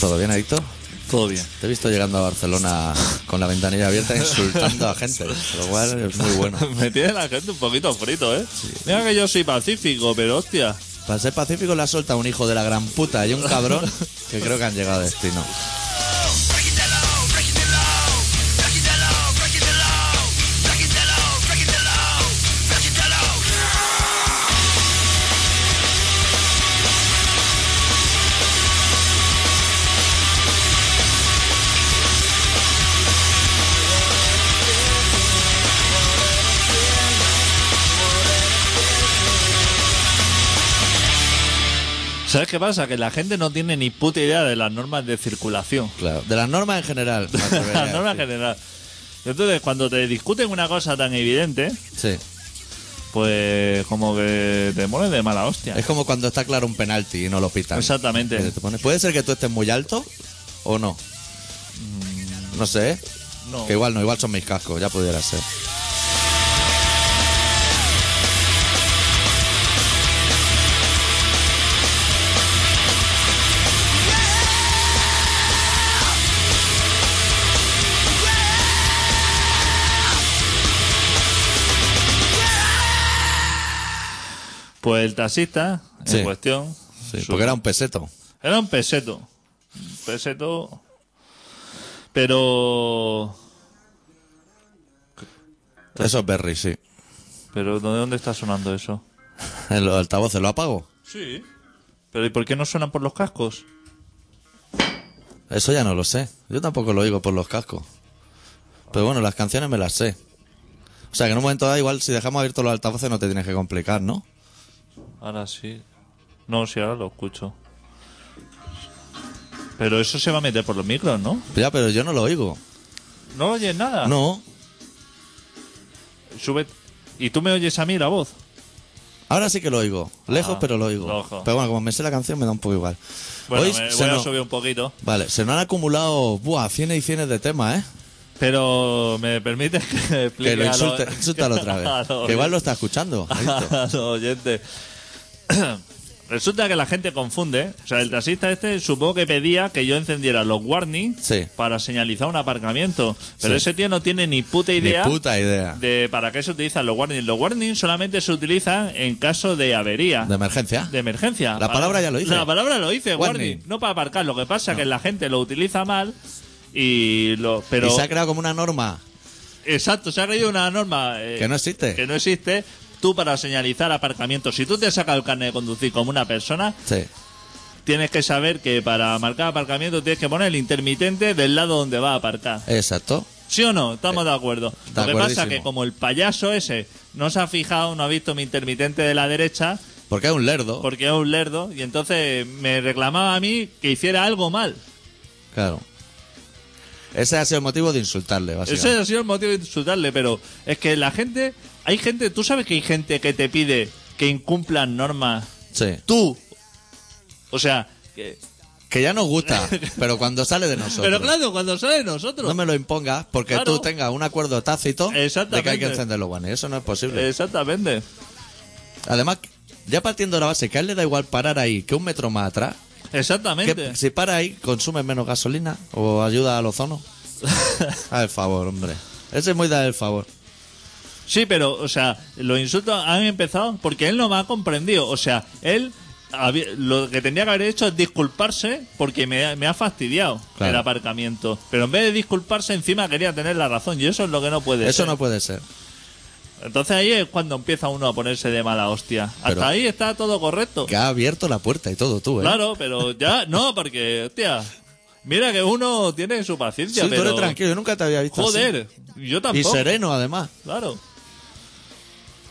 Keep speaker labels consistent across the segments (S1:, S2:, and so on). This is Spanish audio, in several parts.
S1: ¿Todo bien, Adicto?
S2: Todo bien.
S1: Te he visto llegando a Barcelona con la ventanilla abierta insultando a gente, lo cual es muy bueno.
S2: Me tiene la gente un poquito frito, ¿eh? Mira que yo soy pacífico, pero hostia.
S1: Para ser pacífico le ha soltado un hijo de la gran puta y un cabrón que creo que han llegado a destino.
S2: ¿Sabes qué pasa? Que la gente no tiene ni puta idea de las normas de circulación.
S1: Claro. De las normas en general. me atrevería a
S2: las normas en
S1: decir.
S2: general. Entonces, cuando te discuten una cosa tan evidente,
S1: Sí.
S2: pues como que te mueres de mala hostia.
S1: Es como cuando está claro un penalti y no lo pitan.
S2: Exactamente.
S1: Que te pones- Puede ser que tú estés muy alto o no. Mm, No sé.
S2: No.
S1: Que igual no, igual son mis cascos, ya pudiera ser.
S2: Pues el taxista
S1: Sí.
S2: en cuestión.
S1: Sí,
S2: su-
S1: porque era un peseto.
S2: Era un peseto. Un peseto. Pero.
S1: Eso es Berry, sí.
S2: Pero ¿de dónde está sonando eso?
S1: El altavoz lo apago.
S2: Sí. Pero ¿y por qué no suenan por los cascos?
S1: Eso ya no lo sé. Yo tampoco lo oigo por los cascos. Pero bueno, las canciones me las sé. O sea que en un momento dado, igual si dejamos abiertos los altavoces no te tienes que complicar, ¿no?
S2: Ahora sí. No, sí, ahora lo escucho. Pero eso se va a meter por los micros, ¿no?
S1: Ya, pero yo no lo oigo.
S2: No oyes nada.
S1: No.
S2: Sube. ¿Y tú me oyes a mí la voz?
S1: Ahora sí que lo oigo. Lejos,
S2: Ah,
S1: pero lo oigo.
S2: lejos.
S1: Pero bueno, como me sé la canción me da un poco igual.
S2: Bueno,
S1: Hoy
S2: me
S1: se
S2: voy a
S1: nos-
S2: subir un poquito.
S1: Vale, se nos han acumulado buah, cienes y cienes de temas, ¿eh?
S2: Pero me permites que explique
S1: Que lo
S2: a los-
S1: insulte, insúltalo otra
S2: a
S1: vez.
S2: los
S1: Que igual lo está escuchando. Adicto.
S2: A los oyentes. Resulta que la gente confunde. O sea, el taxista este supongo que pedía que yo encendiera los warnings
S1: Sí.
S2: para señalizar un aparcamiento. Pero
S1: Sí.
S2: ese tío no tiene ni puta
S1: Ni
S2: idea
S1: puta idea.
S2: de para qué se utilizan los warnings. Los warnings solamente se utilizan en caso de avería.
S1: De emergencia.
S2: de emergencia.
S1: La palabra ya lo dice.
S2: La palabra lo dice,
S1: Warning.
S2: warning. No para aparcar. Lo que pasa es que la gente lo utiliza mal y lo. Pero.
S1: Y se ha creado como una norma
S2: Exacto, se ha creído una norma eh,
S1: que no existe.
S2: que no existe. Tú para señalizar aparcamiento, si tú te sacas el carnet de conducir como una persona,
S1: Sí.
S2: tienes que saber que para marcar aparcamiento tienes que poner el intermitente del lado donde va a aparcar.
S1: Exacto.
S2: ¿Sí o no? Estamos de acuerdo.
S1: de
S2: Lo que pasa
S1: Eh, acuerdísimo.
S2: es que como el payaso ese no se ha fijado, no ha visto mi intermitente de la derecha,
S1: Porque es un lerdo.
S2: porque es un lerdo, y entonces me reclamaba a mí que hiciera algo mal.
S1: Claro. Ese ha sido el motivo de insultarle, básicamente.
S2: Ese ha sido el motivo de insultarle, pero es que la gente, hay gente, tú sabes que hay gente que te pide que incumplan normas.
S1: Sí.
S2: Tú. O sea, que-
S1: Que ya nos gusta, pero cuando sale de nosotros.
S2: pero claro, cuando sale de nosotros.
S1: No me lo impongas porque
S2: Claro.
S1: tú tengas un acuerdo tácito de que hay que
S2: Exactamente.
S1: encender los guanes. Eso no es posible.
S2: Exactamente.
S1: Además, ya partiendo de la base que a él le da igual parar ahí que un metro más atrás,
S2: Exactamente.
S1: que si para ahí consume menos gasolina o ayuda al ozono. Haz el favor, hombre. Ese es muy dar el favor.
S2: Sí, pero, o sea, los insultos han empezado porque él no me ha comprendido. O sea, él había- lo que tendría que haber hecho es disculparse porque me, ha- me ha fastidiado
S1: Claro.
S2: el aparcamiento. Pero en vez de disculparse, encima quería tener la razón y eso es lo que no puede
S1: Eso
S2: ser.
S1: no puede ser.
S2: Entonces ahí es cuando empieza uno a ponerse de mala hostia.
S1: Pero-
S2: Hasta ahí está todo correcto.
S1: Que ha abierto la puerta y todo tú, ¿eh?
S2: Claro, pero ya, no, porque, hostia, Mira que uno tiene su
S1: Sí,
S2: paciencia,
S1: tú
S2: pero...
S1: eres tranquilo, yo nunca te había visto así.
S2: Joder, yo
S1: Y
S2: tampoco.
S1: sereno, además.
S2: Claro.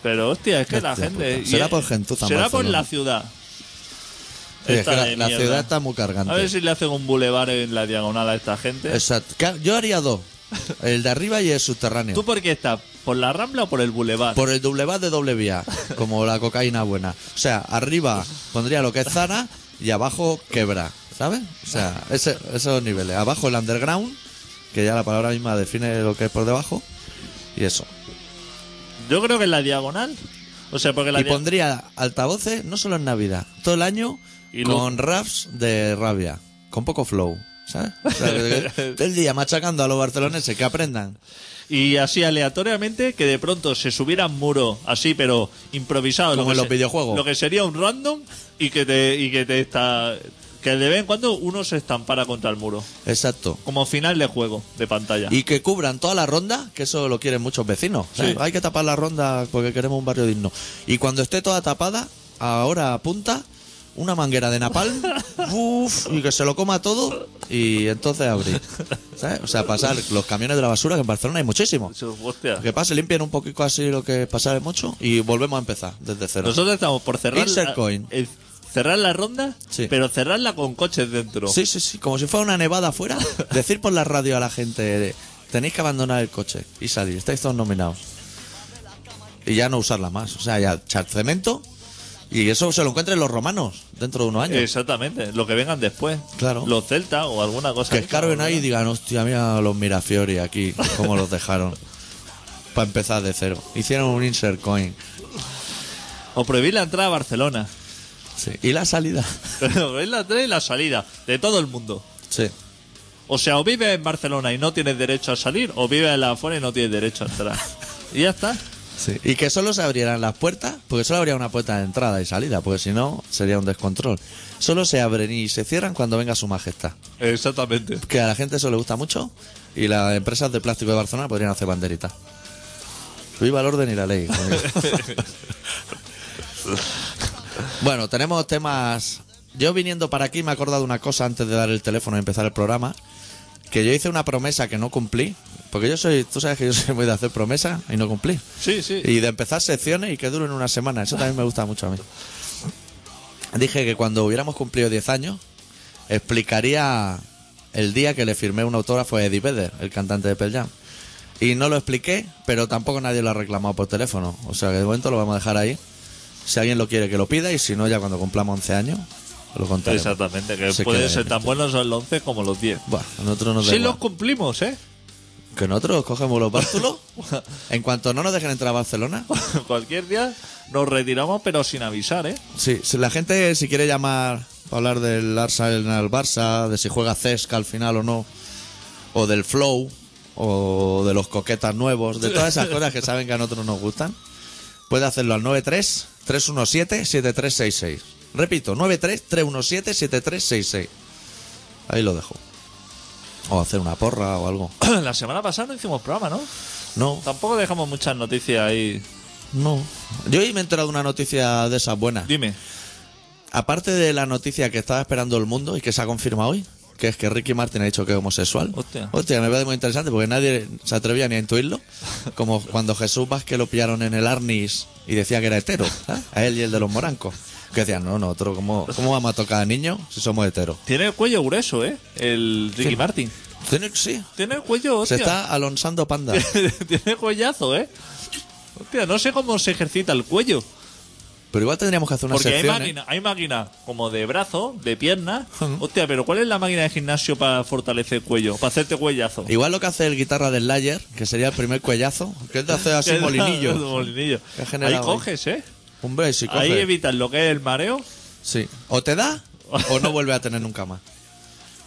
S2: Pero hostia, es que la
S1: Hostia
S2: gente.
S1: puta.
S2: y
S1: Será
S2: es-
S1: por gentuza,
S2: Será por
S1: Barcelona.
S2: la ciudad.
S1: Sí, es
S2: Esta
S1: que la,
S2: de
S1: la
S2: mierda.
S1: ciudad está muy cargante.
S2: A ver si le hacen un bulevar en la diagonal a esta gente.
S1: Exacto. Ca- Yo haría dos. El de arriba y el subterráneo.
S2: ¿Tú por qué estás? ¿Por la rambla o por el bulevar?
S1: Por el doble vas de doble vía, como la cocaína buena. O sea, arriba pondría lo que es Zara y abajo quebra, ¿sabes? O sea, ese- esos niveles. Abajo el underground, que ya la palabra misma define lo que es por debajo, y eso.
S2: Yo creo que en la diagonal. O sea, porque la
S1: Y
S2: dia-
S1: pondría altavoces no solo en Navidad, todo el año
S2: Y lo-
S1: con raps de rabia, con poco flow, ¿sabes? O sea, que- que- todo el día machacando a los barceloneses que aprendan.
S2: Y así aleatoriamente que de pronto se subieran muro así, pero improvisado.
S1: Como
S2: lo que
S1: en los videojuegos.
S2: Lo que sería un random y que te, y que te está. Que de vez en cuando uno se estampara contra el muro.
S1: Exacto.
S2: Como final de juego, de pantalla.
S1: Y que cubran toda la ronda, que eso lo quieren muchos vecinos.
S2: Sí.
S1: ¿eh? Hay que tapar la ronda porque queremos un barrio digno. Y cuando esté toda tapada, ahora apunta una manguera de napalm, uf, y que se lo coma todo, y entonces abrir. ¿Sabes? O sea, pasar los camiones de la basura, que en Barcelona hay muchísimos.
S2: Eso, hostia.
S1: Que pase, limpien un poquito así lo que pasar mucho, y volvemos a empezar desde cero.
S2: Nosotros estamos por cerrar
S1: Insert
S2: la,
S1: coin.
S2: eh, cerrar la ronda,
S1: Sí.
S2: pero cerrarla con coches dentro.
S1: Sí, sí, sí, como si fuera una nevada afuera. Decir por la radio a la gente, eh, tenéis que abandonar el coche y salir, estáis todos nominados. Y ya no usarla más. O sea, ya echar cemento y eso se lo encuentren los romanos dentro de unos años.
S2: Exactamente, lo que vengan después.
S1: Claro.
S2: Los celtas o alguna cosa.
S1: que
S2: esa,
S1: escarben ahí y
S2: ¿verdad?
S1: digan, hostia, mira los Mirafiori aquí, cómo los dejaron. Para empezar de cero. Hicieron un insert coin.
S2: O prohibir la entrada a Barcelona.
S1: Sí. Y la salida.
S2: prohibir la entrada y la salida de todo el mundo.
S1: Sí.
S2: O sea, o vives en Barcelona y no tienes derecho a salir, o vives en la afuera y no tienes derecho a entrar. y ya está.
S1: Sí. Y que solo se abrieran las puertas, porque solo habría una puerta de entrada y salida, porque si no sería un descontrol. Solo se abren y se cierran cuando venga su majestad.
S2: Exactamente.
S1: Que a la gente eso le gusta mucho y las empresas de plástico de Barcelona podrían hacer banderitas. Viva el orden y la ley. amigo. bueno, tenemos temas... Yo viniendo para aquí me he acordado de una cosa antes de dar el teléfono y empezar el programa, que yo hice una promesa que no cumplí, porque yo soy, tú sabes que yo soy muy de hacer promesas y no cumplir.
S2: Sí, sí.
S1: Y de empezar secciones y que duren una semana. Eso también me gusta mucho a mí. Dije que cuando hubiéramos cumplido 10 años, explicaría el día que le firmé un autógrafo a Eddie Vedder, el cantante de Pearl Jam. Y no lo expliqué, pero tampoco nadie lo ha reclamado por teléfono. O sea que de momento lo vamos a dejar ahí. Si alguien lo quiere, que lo pida. Y si no, ya cuando cumplamos 11 años, lo contaré.
S2: Exactamente, que
S1: Se
S2: pueden
S1: queda
S2: ser
S1: ahí.
S2: tan buenos los 11 como los 10.
S1: Buah, a nosotros nos da
S2: Sí,
S1: igual.
S2: los cumplimos, ¿eh?
S1: Que nosotros cogemos los bártulos. en cuanto no nos dejen entrar a Barcelona,
S2: Cualquier día nos retiramos, pero sin avisar, ¿eh?
S1: Sí, si la gente si quiere llamar para hablar del Arsenal Barça, de si juega Cesca al final o no, o del Flow, o de los coquetas nuevos, de todas esas cosas que saben que a nosotros nos gustan, puede hacerlo al 93-317-7366. Repito, 93-317-7366. Ahí lo dejo. O hacer una porra o algo.
S2: La semana pasada no hicimos programa, ¿no?
S1: No,
S2: Tampoco dejamos muchas noticias ahí.
S1: no. Yo hoy me he enterado de una noticia de esas buenas.
S2: Dime.
S1: Aparte de la noticia que estaba esperando el mundo y que se ha confirmado hoy, que es que Ricky Martin ha dicho que es homosexual.
S2: Hostia.
S1: me parece muy interesante porque nadie se atrevía ni a intuirlo. Como cuando Jesús Vázquez lo pillaron en el Arnis y decía que era hetero, ¿sabes? a él y el de los morancos. Que decían, no, no, otro, ¿cómo, ¿cómo vamos a tocar a niños si somos heteros?
S2: Tiene el cuello grueso, ¿eh? El Ricky
S1: Sí.
S2: Martin.
S1: Tiene- Sí,
S2: Tiene el cuello,
S1: se
S2: hostia.
S1: está alonsando panda.
S2: Tiene cuellazo, ¿eh? Hostia, no sé cómo se ejercita el cuello.
S1: Pero igual tendríamos que hacer una
S2: Porque hay
S1: sección. ¿eh?
S2: máquina, hay máquina como de brazo, de pierna.
S1: Ujú.
S2: Hostia, pero ¿cuál es la máquina de gimnasio para fortalecer el cuello? Para hacerte cuellazo.
S1: Igual lo que hace el guitarra del Layer, que sería el primer cuellazo, que él te hace así
S2: Un
S1: molinillo.
S2: molinillo.
S1: Que ha generado
S2: Ahí coges, ¿eh?
S1: Hombre, si
S2: Ahí
S1: coge.
S2: evitas lo que es el mareo.
S1: Sí. O te da o no vuelve a tener nunca más.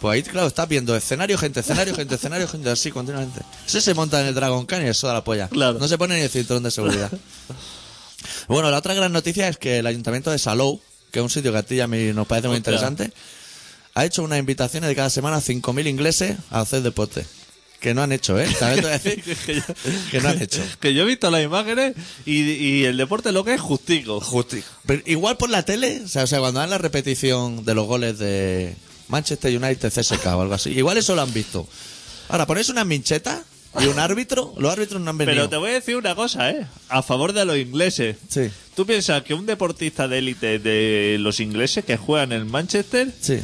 S1: Pues ahí, claro, estás viendo escenario, gente, escenario, gente, escenario, gente, así continuamente. Ese se monta en el Dragon Khan y eso da la polla.
S2: Claro.
S1: No se pone ni el cinturón de seguridad. bueno, la otra gran noticia es que el ayuntamiento de Salou, que es un sitio que a ti y a mí nos parece muy
S2: Ostras.
S1: interesante, ha hecho una invitación de cada semana a 5.000 ingleses a hacer deporte. Que no han hecho, ¿eh? También te voy a decir
S2: que, yo,
S1: que no han hecho.
S2: que yo he visto las imágenes y, y el deporte lo que es justico.
S1: Pero igual por la tele, o sea, o sea, cuando dan la repetición de los goles de, Manchester United CSK o algo así. Igual eso lo han visto. Ahora, ponéis una mincheta y un árbitro. Los árbitros no han venido.
S2: Pero te voy a decir una cosa, ¿eh? A favor de los ingleses.
S1: Sí.
S2: ¿Tú piensas que un deportista de élite de los ingleses que juega en el Manchester,
S1: Sí.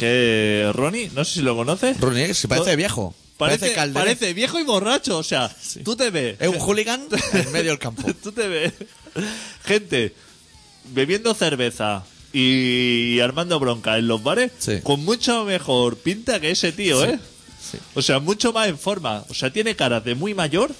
S2: que Ronnie, no sé si lo conoces?
S1: Rooney, si parece viejo. Parece,
S2: Parece,
S1: Calderón.
S2: parece viejo y borracho, o sea, tú te ves.
S1: Es un hooligan en medio del campo.
S2: Tú te ves. Gente bebiendo cerveza y armando bronca en los bares
S1: Sí.
S2: con mucho mejor pinta que ese tío, ¿eh? O sea, mucho más en forma. O sea, tiene cara de muy mayor.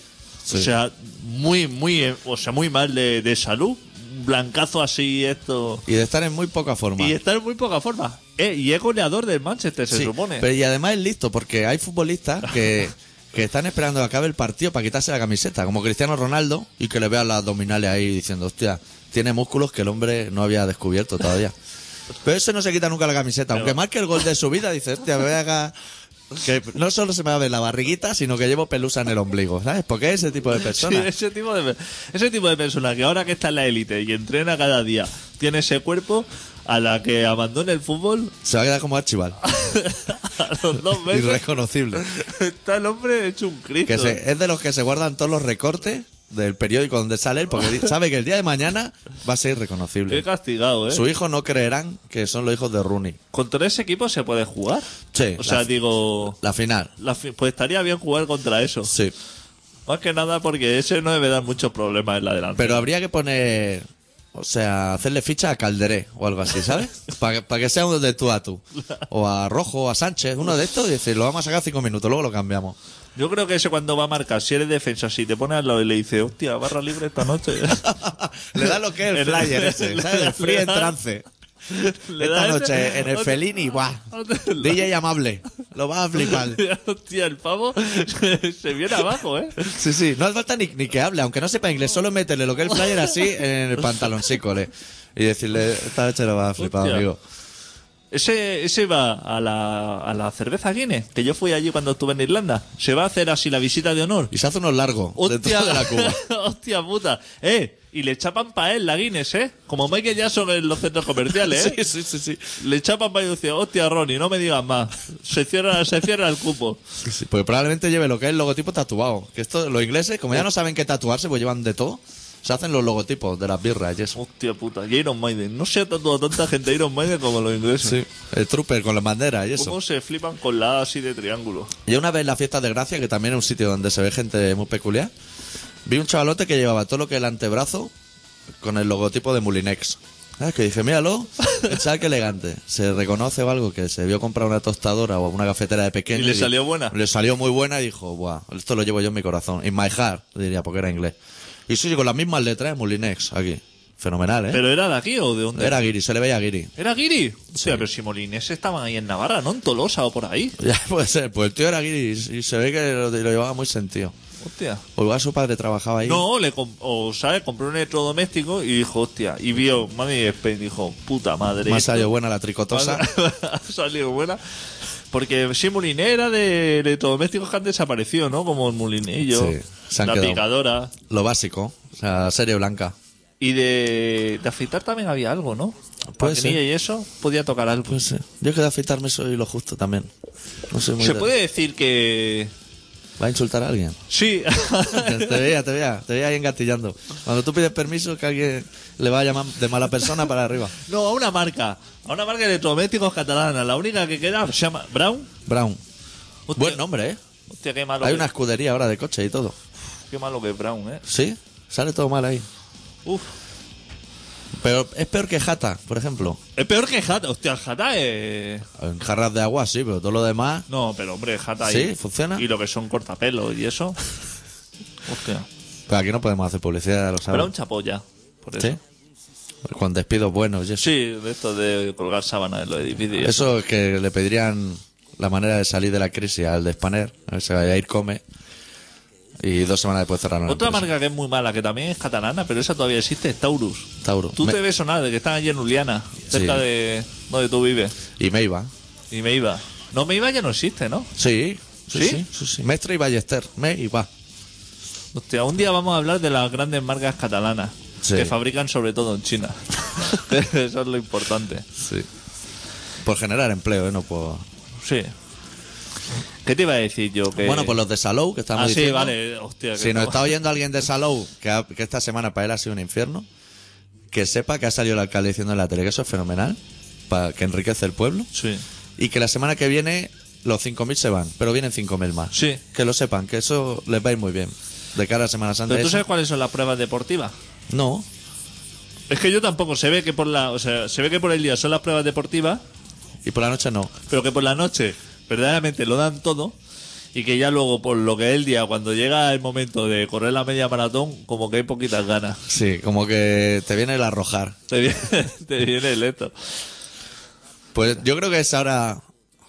S1: Sí.
S2: O sea, muy, muy, eh, o sea, muy mal de, de salud. Un blancazo así, esto.
S1: Y de estar en muy poca forma.
S2: Y está en muy poca forma. Eh, y es goleador del Manchester, se
S1: Sí,
S2: supone.
S1: Pero y además es listo, porque hay futbolistas que, que están esperando que acabe el partido para quitarse la camiseta, como Cristiano Ronaldo, y que le vean las abdominales ahí diciendo, hostia, tiene músculos que el hombre no había descubierto todavía. Pero ese no se quita nunca la camiseta, aunque marque el gol de su vida, dice, hostia, me voy a ca- Que no solo se me va a ver la barriguita, sino que llevo pelusa en el ombligo, ¿sabes? Porque es ese tipo de
S2: Sí,
S1: personas.
S2: ese tipo de ese tipo de persona que ahora que está en la élite y entrena cada día tiene ese cuerpo a la que abandone el fútbol
S1: Se va a quedar como archival.
S2: a los dos meses
S1: Irreconocible.
S2: está el hombre hecho un Cristo.
S1: Que se- es de los que se guardan todos los recortes del periódico donde sale él, porque di- sabe que el día de mañana va a ser irreconocible.
S2: Qué castigado, ¿eh?
S1: Su hijo no creerán que son los hijos de Rooney.
S2: Contra ese equipo se puede jugar.
S1: Sí,
S2: O sea,
S1: la-
S2: digo,
S1: La final.
S2: la fi- pues estaría bien jugar contra eso.
S1: Sí.
S2: Más que nada porque ese no debe dar muchos problemas en la delantera.
S1: Pero habría que poner. O sea, hacerle ficha a Calderé o algo así, ¿sabes? Para que sea uno de tú a tú. O a Rojo o a Sánchez, uno de estos, y decir, lo vamos a sacar cinco minutos, luego lo cambiamos.
S2: Yo creo que ese cuando va a marcar, si eres defensa, si te pones al lado y le dices, hostia, barra libre esta noche.
S1: Le da lo que es el flyer ese, ¿sabes? El free en trance.
S2: Le da
S1: Esta
S2: ese-
S1: noche en el
S2: Hostia,
S1: Felini, ¡buah!
S2: Hostia, la-
S1: DJ amable, lo vas a flipar.
S2: Hostia, el pavo se viene abajo, ¿eh?
S1: Sí, sí, no hace falta ni, ni que hable, aunque no sepa inglés, solo métele lo que es el flyer así en el pantalón, sí, cole. Y decirle, esta noche lo vas a flipar,
S2: Hostia.
S1: amigo.
S2: Ese, ese va a la, a la cerveza Guinness, que yo fui allí cuando estuve en Irlanda. Se va a hacer así la visita de honor.
S1: Y se hace unos largos
S2: Hostia,
S1: dentro de la cuba.
S2: hostia puta. Eh, y le chapan pa' él la Guinness, ¿eh? Como Michael Jackson en los centros comerciales, ¿eh?
S1: Sí, sí, sí,
S2: Le chapan pa' él y dice, hostia, Ronnie, no me digas más. Se cierra, se cierra el cupo.
S1: sí. Sí, Pues probablemente lleve lo que es el logotipo tatuado. Que esto, los ingleses, como ya no saben qué tatuarse, pues llevan de todo. Se hacen los logotipos de las birras y eso.
S2: Hostia puta, y Iron Maiden. No se ha tatuado tanta gente Iron Maiden como los ingleses.
S1: Sí. El trooper con las banderas y eso. ¿Eh?
S2: ¿Cómo se flipan con la A así de triángulo?
S1: Y una vez en la fiesta de Gracia, que también es un sitio donde se ve gente muy peculiar, vi un chavalote que llevaba todo lo que el antebrazo con el logotipo de Mulinex. ¿Sabes? Que dije, míralo, el chaval que elegante. Se reconoce o algo que se vio comprar una tostadora o una cafetera de pequeño.
S2: ¿Y le salió buena?
S1: Le salió muy buena y dijo, Buah, esto lo llevo yo en mi corazón. In my heart, diría, porque era inglés. Y sí, con las mismas letras de Mulinex aquí. Fenomenal, ¿eh?
S2: ¿Pero era de aquí o de dónde?
S1: Era Guiri, se le veía a Guiri.
S2: ¿Era Guiri? O sea, pero si Molinés estaban ahí en Navarra, ¿no? En Tolosa o por ahí.
S1: Ya puede ser, pues el tío era Guiri y se ve que lo, lo llevaba muy sentido.
S2: Hostia.
S1: O igual su padre trabajaba ahí.
S2: No, le comp- o, ¿sabes? Compró un electrodoméstico y dijo, hostia. Y vio Mami Spain dijo, puta madre.
S1: Más salió buena la tricotosa.
S2: Ha salido buena. Porque sí, Moulinet era de electrodomésticos que han desaparecido, ¿no? Como el Mulinillo,
S1: Sí, se han
S2: la
S1: quedado.
S2: picadora.
S1: Lo básico. O sea, serie blanca.
S2: Y de, de afeitar también había algo, ¿no?
S1: Puede
S2: Maquinilla
S1: ser.
S2: y eso, podía tocar algo.
S1: Pues eh, yo quiero afeitarme soy lo justo también. No soy muy
S2: Se
S1: de-
S2: puede decir que...
S1: ¿Va a insultar a alguien?
S2: Sí.
S1: te veía, te veía, te veía ahí engatillando. Cuando tú pides permiso que alguien le va a llamar de mala persona para arriba.
S2: No, a una marca. A una marca de electrodomésticos catalana. La única que queda se llama Brown.
S1: Brown.
S2: Hostia,
S1: Buen nombre, ¿eh?
S2: Hostia, qué malo,
S1: Hay
S2: que,
S1: una escudería ahora de coche y todo.
S2: qué malo que es Brown, ¿eh?
S1: ¿Sí? Sale todo mal ahí.
S2: Uf.
S1: Pero es peor que Jata, por ejemplo.
S2: Es peor que Jata. Hostia, Jata es...
S1: En jarras de agua sí, pero todo lo demás...
S2: No, pero hombre, Jata
S1: ¿Sí?
S2: y-
S1: ¿Funciona?
S2: Y lo que son cortapelos y eso. Hostia.
S1: Pero aquí no podemos hacer publicidad, lo
S2: Brown
S1: sabes.
S2: chapolla. Por eso.
S1: ¿Sí? Con despidos buenos y eso.
S2: Sí, de esto de colgar sábanas en los edificios.
S1: Eso es que le pedirían la manera de salir de la crisis al ¿eh? de Spanair, a ver si vaya a ir come. Y dos semanas después cerraron la
S2: Otra
S1: empresa.
S2: marca que es muy mala, que también es catalana, pero esa todavía existe, es Taurus.
S1: Taurus.
S2: Tú
S1: Me-
S2: te ves sonar de que están allí en Uliana, cerca
S1: Sí.
S2: de donde tú vives.
S1: Y Meiva.
S2: Y me iba. No, me iba ya no existe, ¿no?
S1: Sí, sí,
S2: ¿Sí?
S1: sí. sí, sí. Mestre y Ballester. Meiva.
S2: Hostia, un día vamos a hablar de las grandes marcas catalanas
S1: Sí.
S2: que fabrican sobre todo en China. Eso es lo importante.
S1: Sí. Por generar empleo, ¿eh? No por...
S2: Sí. ¿Qué te iba a decir yo? Que...
S1: Bueno, pues los de Salou, que estamos
S2: Eh, Ah, sí,
S1: diciendo.
S2: vale. Hostia, que
S1: Si nos
S2: no-
S1: está oyendo alguien de Salou, que, ha- que esta semana para él ha sido un infierno, que sepa que ha salido el alcalde diciendo en la tele que eso es fenomenal, para que enriquece el pueblo,
S2: Sí.
S1: y que la semana que viene los 5.000 se van, pero vienen 5.000 más.
S2: Sí.
S1: Que lo sepan, que eso les va a ir muy bien. De cara a Semana Santa.
S2: Pero tú
S1: esa.
S2: sabes cuáles son las pruebas deportivas.
S1: No,
S2: Es que yo tampoco se ve que por la, o sea, se ve que por el día son las pruebas deportivas,
S1: y por la noche no.
S2: pero que por la noche verdaderamente lo dan todo y que ya luego por lo que es el día cuando llega el momento de correr la media maratón, como que hay poquitas ganas.
S1: Sí, como que te viene el arrojar.
S2: Te viene, te viene el esto.
S1: Pues yo creo que es ahora.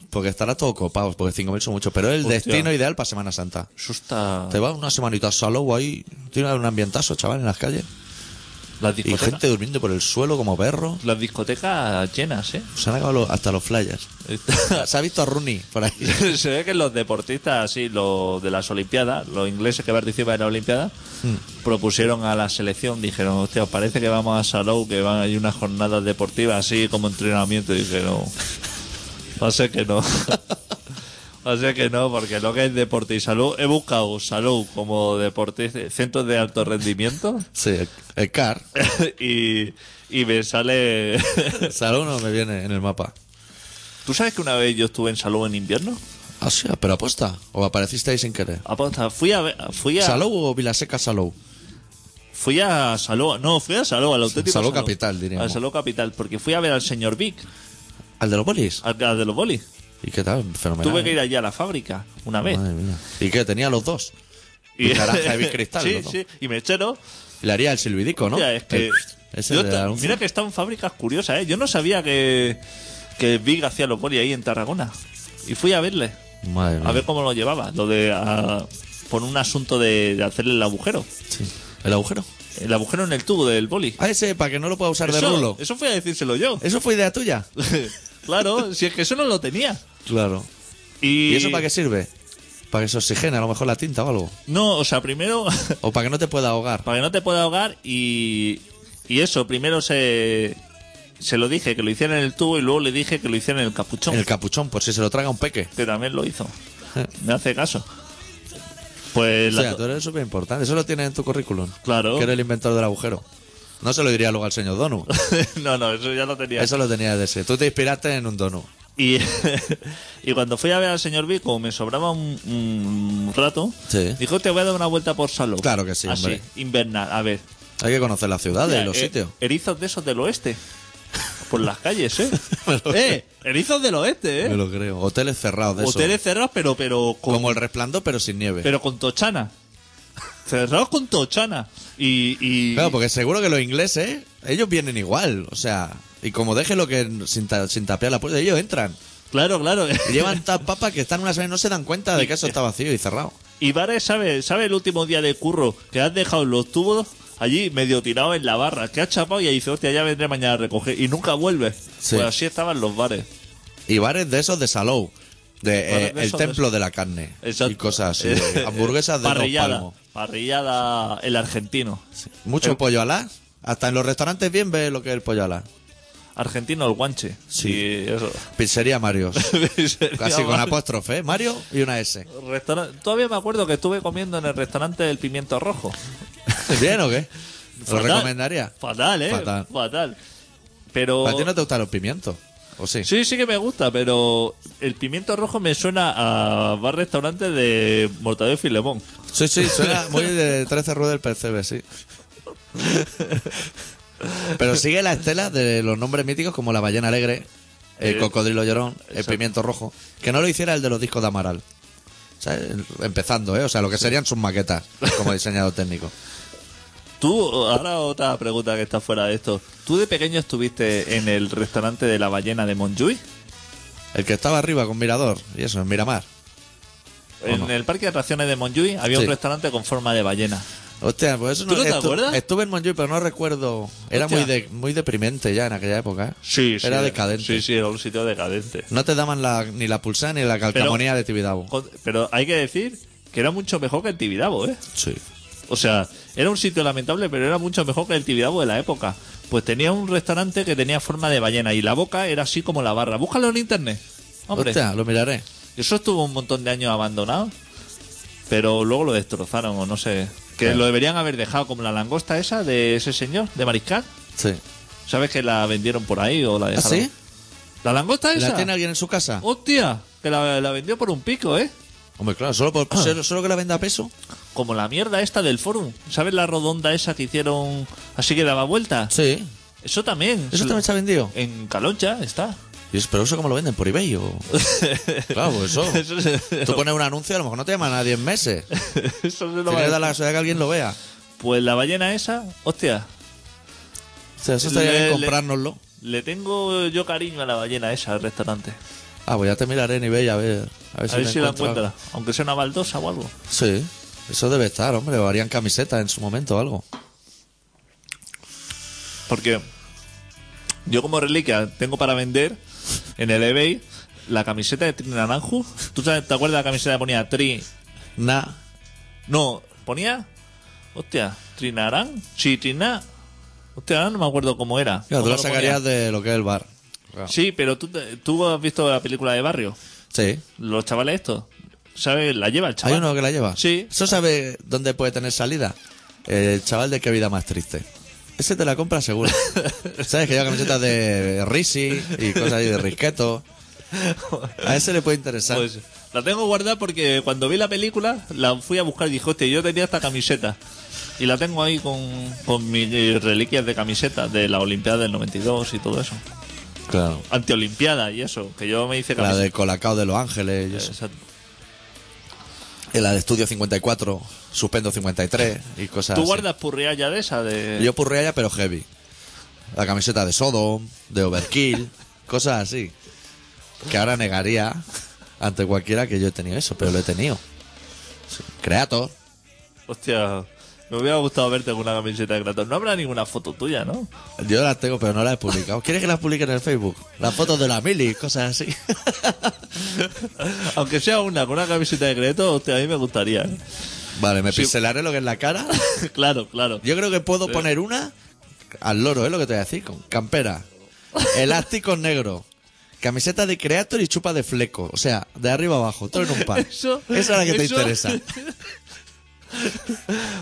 S1: Porque estará todo copado, porque 5.000 son muchos, pero es el
S2: Hostia. Ah.
S1: destino ideal para Semana Santa.
S2: Eso está
S1: Te vas una semanita a Salou ahí, tiene un ambientazo, chaval, en las calles.
S2: las
S1: Y
S2: discotecas,
S1: gente durmiendo por el suelo como perros.
S2: las discotecas llenas, ¿eh?
S1: Se han acabado los- hasta los flyers.
S2: Está-
S1: Se ha visto a Rooney por ahí.
S2: se ve que los deportistas así, los de las Olimpiadas, los ingleses que participan en las Olimpiadas,
S1: Hmm.
S2: propusieron a la selección, dijeron, hostia, ¿os parece que vamos a Salou, que van a ir unas jornadas deportivas así como entrenamiento? Y dijeron, va a ser que no. Va a ser que no, porque lo que es deporte y salud, he buscado salud como deporte, centros de alto rendimiento
S1: Sí, el, el car.
S2: y, y me sale...
S1: Salou no me viene en el mapa.
S2: ¿Tú sabes que una vez yo estuve en salud en invierno? Ah,
S1: Ah, sí, pero apuesta. O apareciste ahí sin querer.
S2: Aposta, fui a... ver- Fui a
S1: ¿Salou o Vilaseca Salou?
S2: Fui a Saló, no, fui a Saló, al auténtico
S1: Salou capital, diríamos.
S2: Al Saló capital, porque fui a ver al señor Vic,
S1: ¿Al de los bolis?
S2: al, al de los bolis.
S1: ¿Y qué tal? Fenomenal.
S2: Ah. Tuve que ir allí a la fábrica una vez.
S1: Madre mía. ¿Y qué? Tenía los dos. Y naranja y Vic Cristal.
S2: Sí,
S1: los dos.
S2: sí, y me echaron.
S1: Y Le haría el silbidico, ¿no?
S2: Hostia, es que
S1: El- ese
S2: yo
S1: de
S2: ta-
S1: la
S2: mira que están fábricas curiosas, ¿eh? Yo no sabía que, que Vic hacía los bolis ahí en Tarragona. Y fui a verle,
S1: Madre mía.
S2: a ver cómo lo llevaba, lo de a- por un asunto de, de hacerle el agujero.
S1: Sí. ¿El agujero?
S2: El agujero en el tubo del boli.
S1: Ah, ese, para que no lo pueda usar de
S2: Eso,
S1: rulo.
S2: eso fui a decírselo yo.
S1: ¿Eso fue idea tuya?
S2: claro, si es que eso no lo tenía.
S1: Claro.
S2: ¿Y,
S1: ¿Y eso para qué sirve? Para que se oxigene a lo mejor la tinta o algo.
S2: No, o sea, primero,
S1: O para que no te pueda ahogar.
S2: para que no te pueda ahogar y, y eso, primero se, se lo dije que lo hiciera en el tubo y luego le dije que lo hiciera en el capuchón,
S1: El capuchón, por si se lo traga un peque.
S2: que también lo hizo. Me hace caso. Pues
S1: O
S2: la
S1: sea,
S2: to-
S1: tú eres súper importante. Eso lo tienes en tu currículum.
S2: Claro.
S1: Que eres el inventor del agujero. No se lo diría luego al señor Donu.
S2: no, no, eso ya lo tenía.
S1: Eso lo tenía de ese. Tú te inspiraste en un Donu.
S2: Y, y cuando fui a ver al señor Vico, me sobraba un, un rato.
S1: Sí.
S2: Dijo, te voy a dar una vuelta por Salou.
S1: Claro que sí,
S2: Así,
S1: hombre.
S2: invernal. A ver,
S1: Hay que conocer las ciudades,
S2: Mira,
S1: los
S2: eh,
S1: sitios.
S2: Erizos de esos del oeste. Por las calles, ¿eh?
S1: Me lo-
S2: eh, erizos del oeste,
S1: Me
S2: ¿eh?
S1: lo creo. Hoteles cerrados de esos.
S2: Hoteles cerrados, pero, pero, con,
S1: Como el resplandor, pero sin nieve.
S2: pero con tochana. Cerrados con tochana. Y, y-
S1: Claro, porque seguro que los ingleses, ellos vienen igual. O sea, y como deje lo que sin, ta- sin tapear la puerta, ellos entran.
S2: claro, claro.
S1: Y llevan tal papa que están una semana y no se dan cuenta de que eso está vacío y cerrado.
S2: Y bares, ¿sabe, ¿sabe el último día de curro que has dejado los tubos allí medio tirado en la barra? Que has chapado y ahí dice, hostia, ya vendré mañana a recoger. Y nunca vuelves.
S1: Sí.
S2: Pues así estaban los bares.
S1: Y bares de esos de Salou. De,
S2: Bares
S1: eh,
S2: de
S1: el
S2: esos
S1: templo de la carne.
S2: Exacto.
S1: Y cosas así.
S2: Eh,
S1: Hamburguesas de dos
S2: parrillada.
S1: palmos.
S2: Parrillada el argentino.
S1: Mucho
S2: El-
S1: pollo alá. Hasta en los restaurantes bien ve lo que es el pollo alá.
S2: Argentino el guanche.
S1: Sí.
S2: Y eso.
S1: Pizzería Marios.
S2: Sería
S1: Casi con
S2: mal.
S1: apóstrofe, ¿eh? Mario y una S.
S2: Restauran- Todavía me acuerdo que estuve comiendo en el restaurante del Pimiento Rojo.
S1: ¿Bien o qué? ¿Lo
S2: Fatal.
S1: recomendaría?
S2: Fatal, ¿eh?
S1: Fatal.
S2: Pero...
S1: ¿A ti no te gustan los pimientos? ¿O sí?
S2: Sí, sí que me gusta, pero el Pimiento Rojo me suena a bar restaurante de Mortadelo y Filemón.
S1: Sí, sí, suena muy de 13 ruedas del PCB, sí. Pero sigue la estela de los nombres míticos como la ballena alegre, el
S2: Eh,
S1: cocodrilo llorón, el pimiento rojo. Que no lo hiciera el de los discos de Amaral. O sea, el- empezando, ¿eh? O sea, lo que serían sus maquetas como diseñador técnico.
S2: Tú, ahora otra pregunta que está fuera de esto. ¿Tú de pequeño estuviste en el restaurante de la ballena de Montjuic?
S1: El que estaba arriba con mirador, y eso, en Miramar.
S2: En el parque de atracciones de Montjuic había
S1: Sí.
S2: un restaurante con forma de ballena.
S1: Hostia, pues eso
S2: ¿Tú no te
S1: estu-
S2: acuerdas?
S1: Estuve en Montjuic, pero no recuerdo. Era
S2: Hostia.
S1: muy de- muy deprimente ya en aquella época. ¿eh? Era decadente.
S2: Sí, sí, era un sitio decadente.
S1: No te daban la- ni la pulsada ni la calcamonía de Tibidabo.
S2: Con- Pero hay que decir que era mucho mejor que el Tibidabo, ¿eh?
S1: Sí.
S2: O sea, era un sitio lamentable, pero era mucho mejor que el Tibidabo de la época. Pues tenía un restaurante que tenía forma de ballena y la boca era así como la barra. Búscalo en internet. Hombre,
S1: Hostia, lo miraré.
S2: eso estuvo un montón de años abandonado, pero luego lo destrozaron o no sé. Que
S1: Claro.
S2: lo deberían haber dejado como la langosta esa de ese señor, de Mariscal.
S1: Sí.
S2: ¿Sabes que la vendieron por ahí o la
S1: ¿Ah,
S2: dejaron?
S1: sí?
S2: ¿La langosta esa? Oh.
S1: ¿La tiene alguien en su casa?
S2: Hostia, que la, la vendió por un pico, ¿eh?
S1: Hombre, claro, solo,
S2: Ah.
S1: por, solo, solo que la venda a peso.
S2: Como la mierda esta del forum. ¿Sabes la redonda esa que hicieron así que daba vuelta?
S1: Sí.
S2: Eso también.
S1: ¿Eso también se ha vendido?
S2: En Caloncha está.
S1: Y es, pero eso cómo lo venden por eBay o... Claro, pues eso.
S2: Eso se,
S1: Tú pones un anuncio y a lo mejor no te llama nadie en meses.
S2: eso se lo va a
S1: Tienes que dar
S2: decir.
S1: la casualidad que alguien lo vea.
S2: Pues la ballena esa, hostia,
S1: O sea, eso estaría
S2: Le-
S1: bien
S2: le-
S1: comprárnoslo.
S2: le tengo yo cariño a la ballena esa al restaurante.
S1: Ah, pues ya te miraré en eBay a ver, a ver
S2: A
S1: si,
S2: ver
S1: me
S2: si la
S1: encuentro
S2: encuentra. Aunque sea una baldosa o algo.
S1: algo. Sí, eso debe estar, hombre. O harían camisetas en su momento o algo.
S2: Porque yo como reliquia tengo para vender en el eBay la camiseta de Tri Naranjo. ¿Tú sabes- te acuerdas de la camiseta que ponía Tri?
S1: Nah.
S2: No, ponía... Hostia, ¿Trinarán? Sí, Trina... Hostia, ahora no me acuerdo cómo era.
S1: Claro, tú
S2: ¿Cómo
S1: la
S2: lo
S1: sacarías
S2: ponía?
S1: de lo que es el bar.
S2: Sí, pero tú, te- tú has visto la película de Barrio.
S1: Sí.
S2: Los chavales estos. ¿Sabes? La lleva el
S1: ¿Hay
S2: chaval.
S1: uno que la lleva?
S2: Sí.
S1: ¿Eso sabe dónde puede tener salida? El chaval de qué vida más triste. Ese te la compra seguro. ¿Sabes? Que lleva camisetas de Risi y cosas ahí de Risqueto. A ese le puede interesar.
S2: Pues la tengo guardada porque cuando vi la película la fui a buscar y dije, hostia, yo tenía esta camiseta. Y la tengo ahí con, con mis eh, reliquias de camiseta de la Olimpiada del 92 y todo eso.
S1: claro.
S2: Antiolimpiada y eso, que yo me hice
S1: La
S2: camiseta. Eh,
S1: de Colacao de Los Ángeles. y eso.
S2: Exacto.
S1: Y la de Estudio 54, Suspendo 53 y cosas
S2: ¿Tú
S1: así.
S2: guardas purrialla de esa? De...
S1: Eh, Yo purrealla, pero heavy. La camiseta de Sodom, de Overkill, cosas así. Que ahora negaría ante cualquiera que yo he tenido eso, pero lo he tenido. Sí. Creator.
S2: Hostia, me hubiera gustado verte con una camiseta de Kratos. No habrá ninguna foto tuya, ¿no?
S1: Yo las tengo, pero no las he publicado. ¿Quieres que las publique en el Facebook? Las fotos de la mili, cosas así.
S2: Aunque sea una con una camiseta de Kratos, hostia, a mí me gustaría. ¿eh?
S1: Vale, me
S2: Sí.
S1: pincelaré lo que es la cara.
S2: claro, claro.
S1: Yo creo que puedo poner una al loro, es lo que te voy a decir, con campera, elásticos negro, camiseta de creator y chupa de fleco, o sea, de arriba abajo, todo en un par.
S2: Eso-
S1: Esa es la que te
S2: eso-
S1: interesa.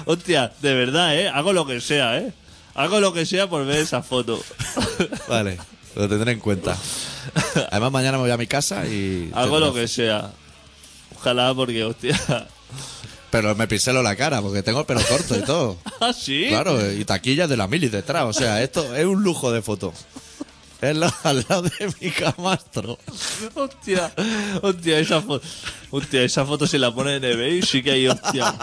S2: Hostia, de verdad, ¿eh? Hago lo que sea, ¿eh? Hago lo que sea por ver esa foto.
S1: Vale, lo tendré en cuenta. Además, mañana me voy a mi casa y.
S2: Hago lo que sea. Ojalá porque, hostia.
S1: Pero me pincelo la cara porque tengo el pelo corto y todo.
S2: ¿Ah, sí?
S1: Claro, y taquillas de la mili detrás. O sea, esto es un lujo de foto. Es lo- al lado de mi camastro.
S2: Hostia, hostia, esa foto. Hostia, esa foto se la pone en eBay y sí que hay, hostia.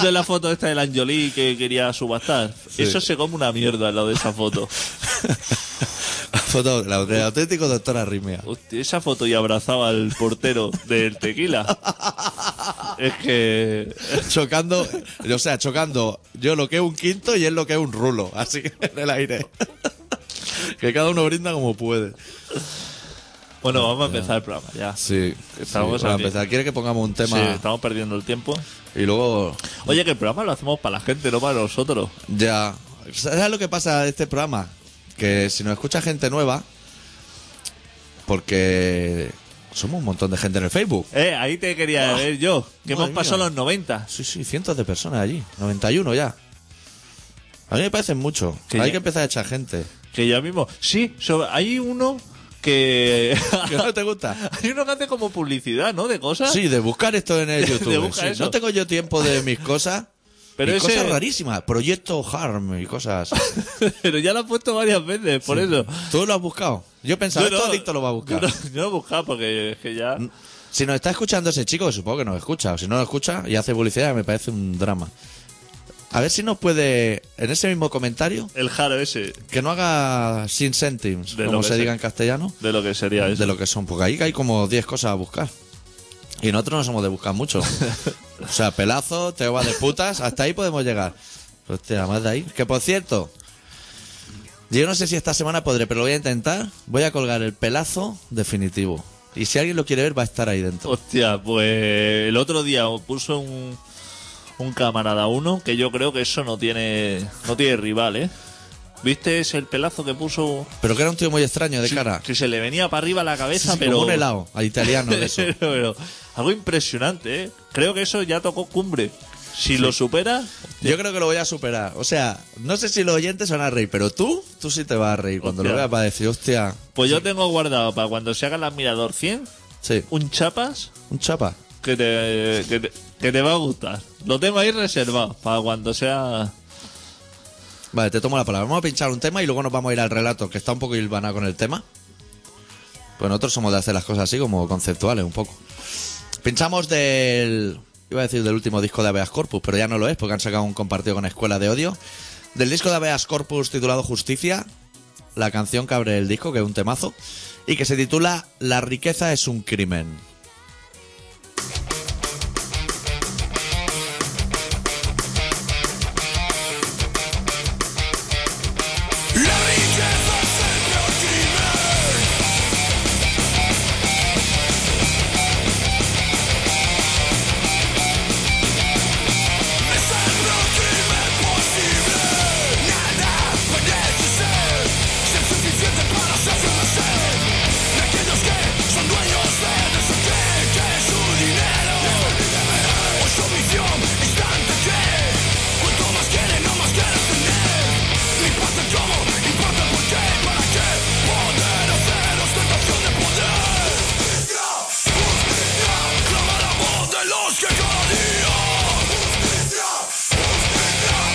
S2: De la foto esta del Anjolí que quería subastar. Eso se come una mierda lo de esa foto.
S1: Foto la del auténtico doctor Arrimea.
S2: Hostia, esa foto y abrazaba al portero del tequila. Es que.
S1: Chocando, o sea, chocando yo lo que es un quinto y él lo que es un rulo, así en el aire. Que cada uno brinda como puede.
S2: Bueno, vamos a empezar el programa ya.
S1: Sí,
S2: Estamos
S1: sí, para
S2: aquí.
S1: empezar. ¿Quiere que pongamos un
S2: Sí,
S1: tema
S2: estamos perdiendo el tiempo.
S1: y luego
S2: Oye, que el programa lo hacemos para la gente, no para nosotros.
S1: Ya. ¿Sabes lo que pasa de este programa? Que si nos escucha gente nueva, porque somos un montón de gente en el Facebook.
S2: Eh, ahí te quería ver yo. Que
S1: Ah. Madre
S2: hemos pasado
S1: mía.
S2: los 90.
S1: Sí, sí, cientos de personas allí. 91 ya. A mí me parecen mucho.
S2: Que
S1: Hay
S2: ya-
S1: que empezar a echar gente.
S2: Que ya mismo. Sí, sobre- hay uno que.
S1: ¿Que no te gusta?
S2: hay uno que hace como publicidad, ¿no? De cosas.
S1: Sí, de buscar esto en el
S2: De
S1: YouTube.
S2: busca
S1: Sí,
S2: eso.
S1: no tengo yo tiempo de mis cosas.
S2: Pero
S1: y
S2: ese-
S1: cosas rarísimas. Proyecto Harm y cosas. así.
S2: Pero ya lo has puesto varias veces, por eso.
S1: ¿Tú lo has buscado? Yo pensaba,
S2: Yo no-
S1: esto adicto lo va a buscar. Mm.
S2: Yo no, yo no he buscado porque es que ya.
S1: Si nos está escuchando ese chico, supongo que nos escucha. O si no lo escucha y hace publicidad, me parece un drama. A ver si nos puede, en ese mismo comentario,
S2: El jaro ese.
S1: que no haga sin centimes,
S2: De lo
S1: como se
S2: que sea.
S1: diga en castellano,
S2: De lo que sería eso.
S1: de lo que son. Porque ahí hay como 10 cosas a buscar. Y nosotros no somos de buscar mucho. o sea, pelazos, teoba de putas, hasta ahí podemos llegar. Hostia, más de ahí. Que por cierto, yo no sé si esta semana podré, pero lo voy a intentar. Voy a colgar el pelazo definitivo. Y si alguien lo quiere ver, va a estar ahí dentro.
S2: Hostia, pues el otro día puso un, un camarada uno que yo creo que eso no tiene no tiene rival, ¿eh? ¿Viste ese el pelazo que puso?
S1: Pero que era un tío muy extraño de
S2: Sí,
S1: cara.
S2: Que se le venía para arriba la cabeza,
S1: Sí,
S2: pero.
S1: Como un helado, a italiano de eso.
S2: Pero- pero algo impresionante, ¿eh? Creo que eso ya tocó cumbre. Si lo supera,
S1: Yo creo que lo voy a superar. O sea, no sé si los oyentes se van a reír, pero tú, tú sí te vas a reír. Cuando lo
S2: Hostia.
S1: veas vas a decir, hostia.
S2: pues yo tengo guardado para cuando se haga el admirador 100,
S1: Sí,
S2: un chapas
S1: un chapa.
S2: que te, que te, que te va a gustar. Lo tengo ahí reservado para cuando sea.
S1: Vale, te tomo la palabra. Vamos a pinchar un tema y luego nos vamos a ir al relato, que está un poco hilvanado con el tema. Pues nosotros somos de hacer las cosas así, como conceptuales, un poco. Pinchamos del. Iba a decir del último disco de Habeas Corpus, pero ya no lo es, porque han sacado un compartido con Escuela de Odio. Del disco de Habeas Corpus titulado Justicia, la canción que abre el disco, que es un temazo, y que se titula La riqueza es un crimen.
S3: La riqueza es el peor crimen. Es el peor crimen posible. Nada parece ser ser suficiente para satisfacer de aquellos que son dueños de no sé qué, que es su dinero o su visión es tanta que cuanto más quieren, no más quieren tener. No importa el cómo, importa el por qué, para qué poder hacer ostentación de poder. Justicia, clama la voz de los que cada día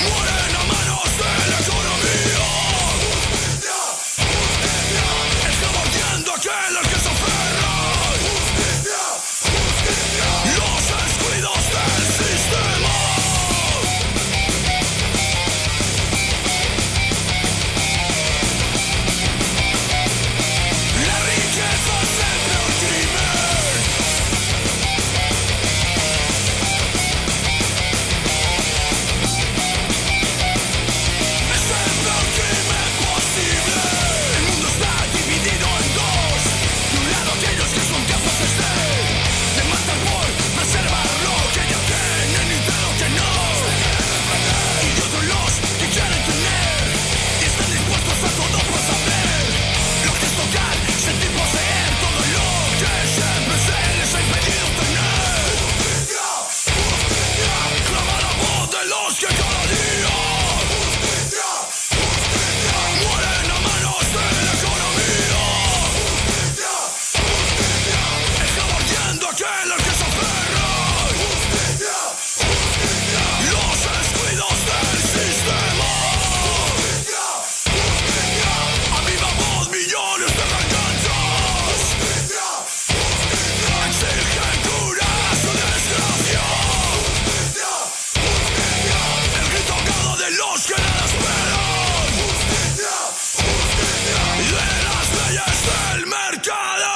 S3: mueren a manos de la economía. Está mordiendo a aquellos que se aferran. Los excluidos del sistema. La riqueza es el peor crimen. Es el peor crimen posible. El mundo está dividido en dos. De un lado aquellos que son capaces de de matar por preservar lo que ya tienen y de lo que no. Y otros los que quieren tener y están dispuestos a todo por saber. Lo que es tocar, sentir, poseer todo lo que siempre se les ha impedido tener. Clama la voz de los que cada día Mueren a manos de la economía. Está mordiendo a aquellos que se aferran. Los descuidos del sistema. A viva voz millones de gargantas. Exigen cura a su desgracia. El grito ahogado de los que nada esperan. De las leyes del mercado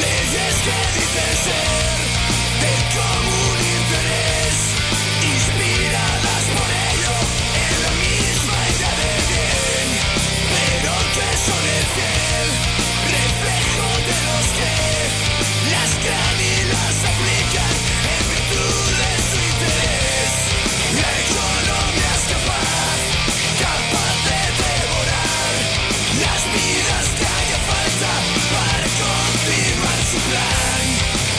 S3: Leyes que dicen ser de común interés Inspiradas por ello en la misma idea de bien Pero que son el fiel reflejo de los que Las las aplican en virtud de su interés La economía es capaz, capaz de devorar las vidas que haya falta para continuar su plan.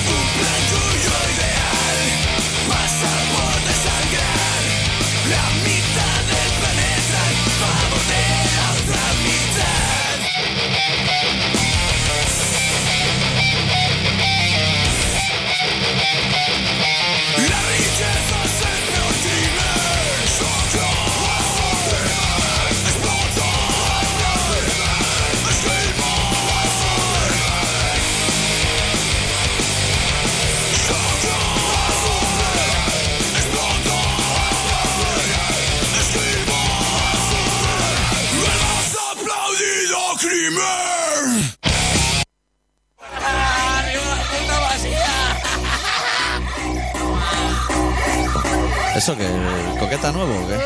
S3: Un plan tuyo ideal, pasar por desangrar la mitad del planeta en favor de la otra mitad. La riqueza es el peor crimen. ¡Has aplaudido crimen!
S1: ¿Eso que ¿Coqueta nuevo o qué?
S4: ¡Eh!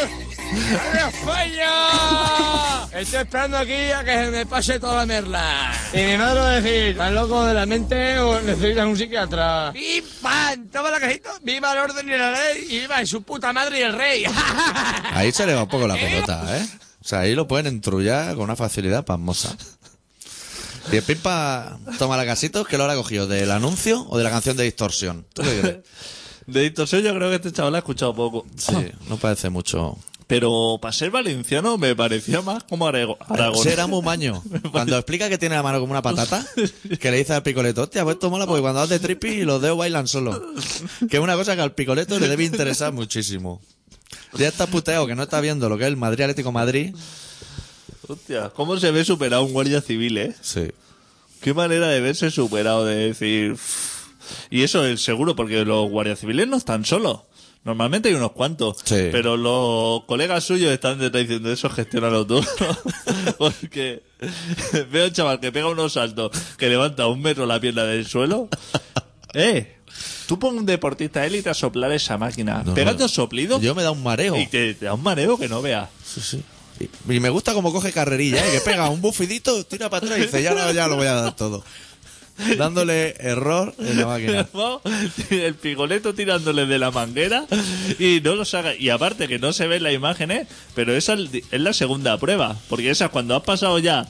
S4: ¡Eh! ¡España! Estoy esperando aquí a que se me pase toda la merla. Y mi madre va a decir, ¿estás loco de la mente o necesitas un psiquiatra? ¡Pim, pam! Toma la cajita, viva el orden y la ley, y viva su puta madre y el rey.
S1: Ahí se le va un poco la pelota, ¿eh? O sea, ahí lo pueden entrullar con una facilidad pasmosa. Y el Pimpa toma la casitos que lo habrá cogido del anuncio o de la canción de Distorsión. ¿Tú qué crees?
S2: De distorsión yo creo que este chaval ha escuchado poco.
S1: Sí, no parece mucho.
S2: Pero para ser valenciano me parecía más como Arego- Aragón.
S1: Será muy maño. Cuando explica que tiene la mano como una patata, que le dice al picoleto, hostia, pues esto mola porque cuando haces de trippy los dedos bailan solo. Que es una cosa que al picoleto le debe interesar muchísimo. Ya está puteado que no está viendo lo que es el Madrid Atlético Madrid.
S2: Hostia, ¿cómo se ve superado un guardia civil, eh?
S1: Sí.
S2: Qué manera de verse superado, de decir... "Uf". Y eso es seguro, porque los guardias civiles no están solos. Normalmente hay unos cuantos,
S1: Sí.
S2: pero los colegas suyos están detrás diciendo eso, gestiónalo tú. Porque veo un chaval que pega unos saltos, que levanta un metro la pierna del suelo. ¡Eh! Tú pon un deportista élite a soplar esa máquina.
S1: No,
S2: Pegando
S1: no.
S2: soplidos
S1: Yo me da un mareo.
S2: y te, te da un mareo que no veas.
S1: Sí, sí. Y, y me gusta como coge carrerilla, ¿eh? que pega un bufidito, tira para atrás y dice, ya, lo- ya lo voy a dar todo. Dándole error en la máquina.
S2: Vamos, el pigoleto tirándole de la manguera y no lo saca. Y aparte que no se ven las imágenes, pero esa es di- es la segunda prueba. Porque esa cuando has pasado ya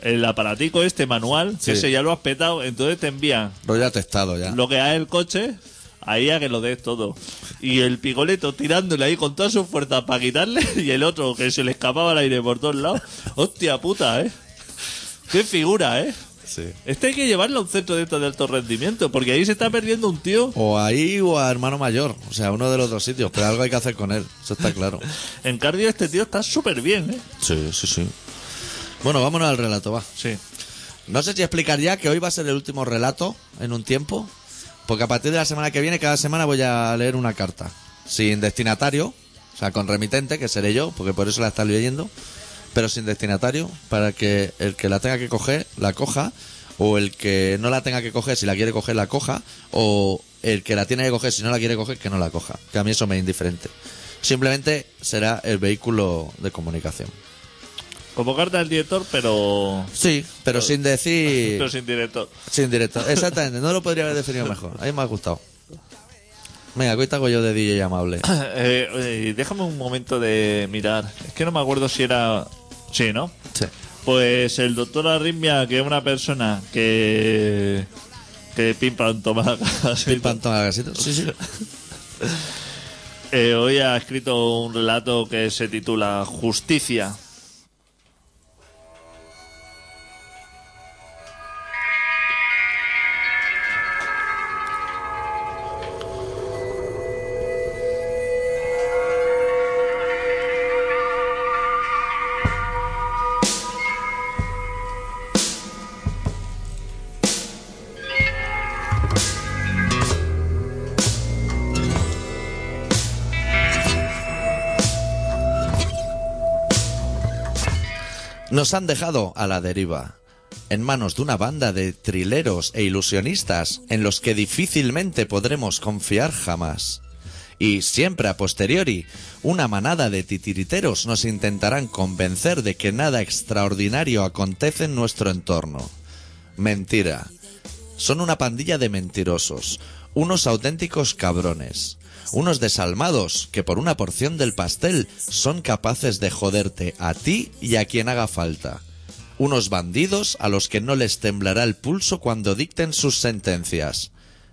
S2: el aparatico este manual,
S1: Sí.
S2: que ese ya lo has petado, entonces te envían
S1: Rollo atestado ya.
S2: lo que hay el coche, ahí a que lo des todo. Y el pigoleto tirándole ahí con todas sus fuerzas para quitarle, y el otro que se le escapaba el aire por todos lados. Hostia puta, eh. Qué figura, eh.
S1: Sí.
S2: Este hay que llevarlo a un centro de estos de alto rendimiento, porque ahí se está perdiendo un tío
S1: O ahí o a hermano mayor. O sea, uno de los dos sitios. Pero algo hay que hacer con él. Eso está claro.
S2: En cardio este tío está súper bien, ¿eh?
S1: Sí, sí, sí. Bueno, vámonos al relato, va.
S2: Sí.
S1: No sé si explicar ya que hoy va a ser el último relato en un tiempo. Porque a partir de la semana que viene, cada semana voy a leer una carta. Sin destinatario. O sea, con remitente, que seré yo, porque por eso la estás leyendo. Pero sin destinatario, para que el que la tenga que coger, la coja. O el que no la tenga que coger, si la quiere coger, la coja. O el que la tiene que coger, si no la quiere coger, que no la coja. Que a mí eso me es indiferente. Simplemente será el vehículo de comunicación.
S2: Como carta del director, pero.
S1: Sí, pero sin decir.
S2: Pero sin director.
S1: Sin directo, exactamente. No lo podría haber definido mejor. A mí me ha gustado. Venga, ¿qué te hago yo de DJ amable?
S2: Eh, eh, déjame un momento de mirar. Es que no me acuerdo si era. Sí, ¿no?
S1: Sí.
S2: Pues el doctor Arritmia, que es una persona que. que pimpan toma
S1: Pim, pam, toma, gasito. Sí, sí.
S2: Eh, hoy ha escrito un relato que se titula Justicia.
S1: Nos han dejado a la deriva, en manos de una banda de trileros e ilusionistas en los que difícilmente podremos confiar jamás. Y siempre a posteriori, una manada de titiriteros nos intentarán convencer de que nada extraordinario acontece en nuestro entorno. Mentira. Son una pandilla de mentirosos, unos auténticos cabrones, unos desalmados que por una porción del pastel son capaces de joderte a ti y a quien haga falta. Unos bandidos a los que no les temblará el pulso cuando dicten sus sentencias.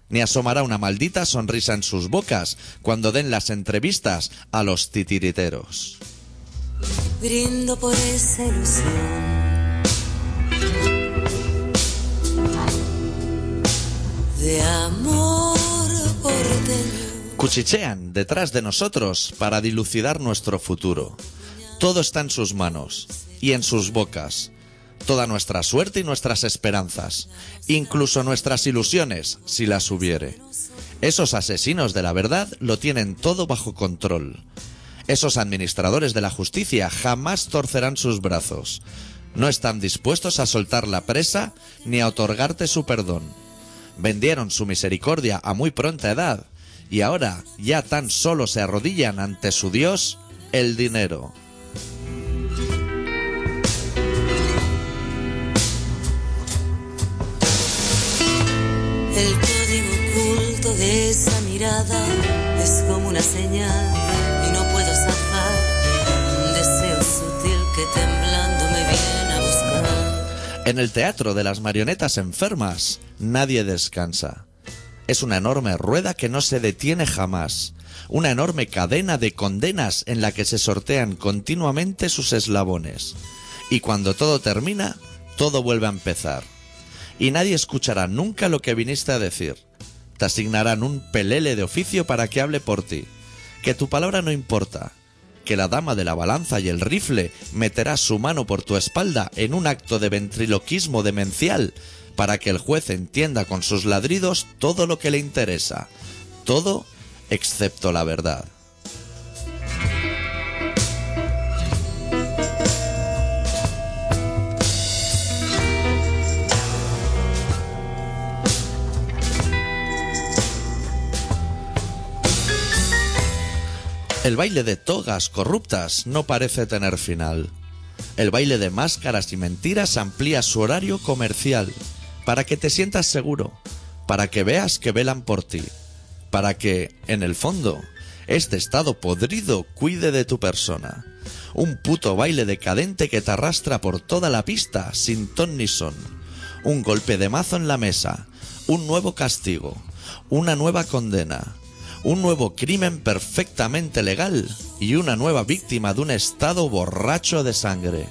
S1: Ni asomará una maldita sonrisa en sus bocas cuando den las entrevistas a los titiriteros.
S5: Brindo por esa ilusión. De amor por ti.
S1: Cuchichean detrás de nosotros para dilucidar nuestro futuro. Todo está en sus manos y en sus bocas. Toda nuestra suerte y nuestras esperanzas, incluso nuestras ilusiones, si las hubiere. Esos asesinos de la verdad lo tienen todo bajo control. Esos administradores de la justicia jamás torcerán sus brazos. No están dispuestos a soltar la presa ni a otorgarte su perdón vendieron su misericordia a muy pronta edad y ahora ya tan solo se arrodillan ante su Dios, el dinero.
S5: El código oculto de esa mirada es como una señal y no puedo zafar. Un deseo sutil que temblando me viene a buscar.
S1: En el teatro de las marionetas enfermas, nadie descansa. Es una enorme rueda que no se detiene jamás. Una enorme cadena de condenas en la que se sortean continuamente sus eslabones. Y cuando todo termina, todo vuelve a empezar. Y nadie escuchará nunca lo que viniste a decir. Te asignarán un pelele de oficio para que hable por ti. Que tu palabra no importa. Que la dama de la balanza y el rifle meterá su mano por tu espalda en un acto de ventriloquismo demencial para que el juez entienda con sus ladridos todo lo que le interesa. Todo excepto la verdad. El baile de togas corruptas no parece tener final. El baile de máscaras y mentiras amplía su horario comercial para que te sientas seguro, para que veas que velan por ti, para que, en el fondo, este estado podrido cuide de tu persona. Un puto baile decadente que te arrastra por toda la pista sin ton ni son. Un golpe de mazo en la mesa, un nuevo castigo, una nueva condena, un nuevo crimen perfectamente legal y una nueva víctima de un estado borracho de sangre.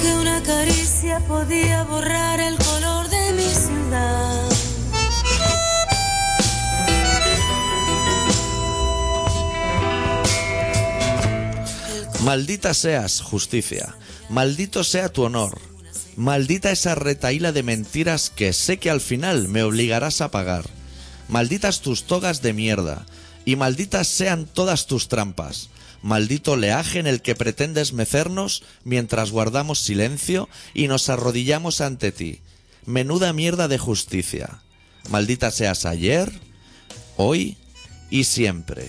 S5: Que una caricia podía borrar el color de mi ciudad.
S1: Maldita seas, justicia. Maldito sea tu honor. Maldita esa retaíla de mentiras que sé que al final me obligarás a pagar. Malditas tus togas de mierda. Y malditas sean todas tus trampas. Maldito oleaje en el que pretendes mecernos mientras guardamos silencio y nos arrodillamos ante ti. Menuda mierda de justicia. Maldita seas ayer, hoy y siempre.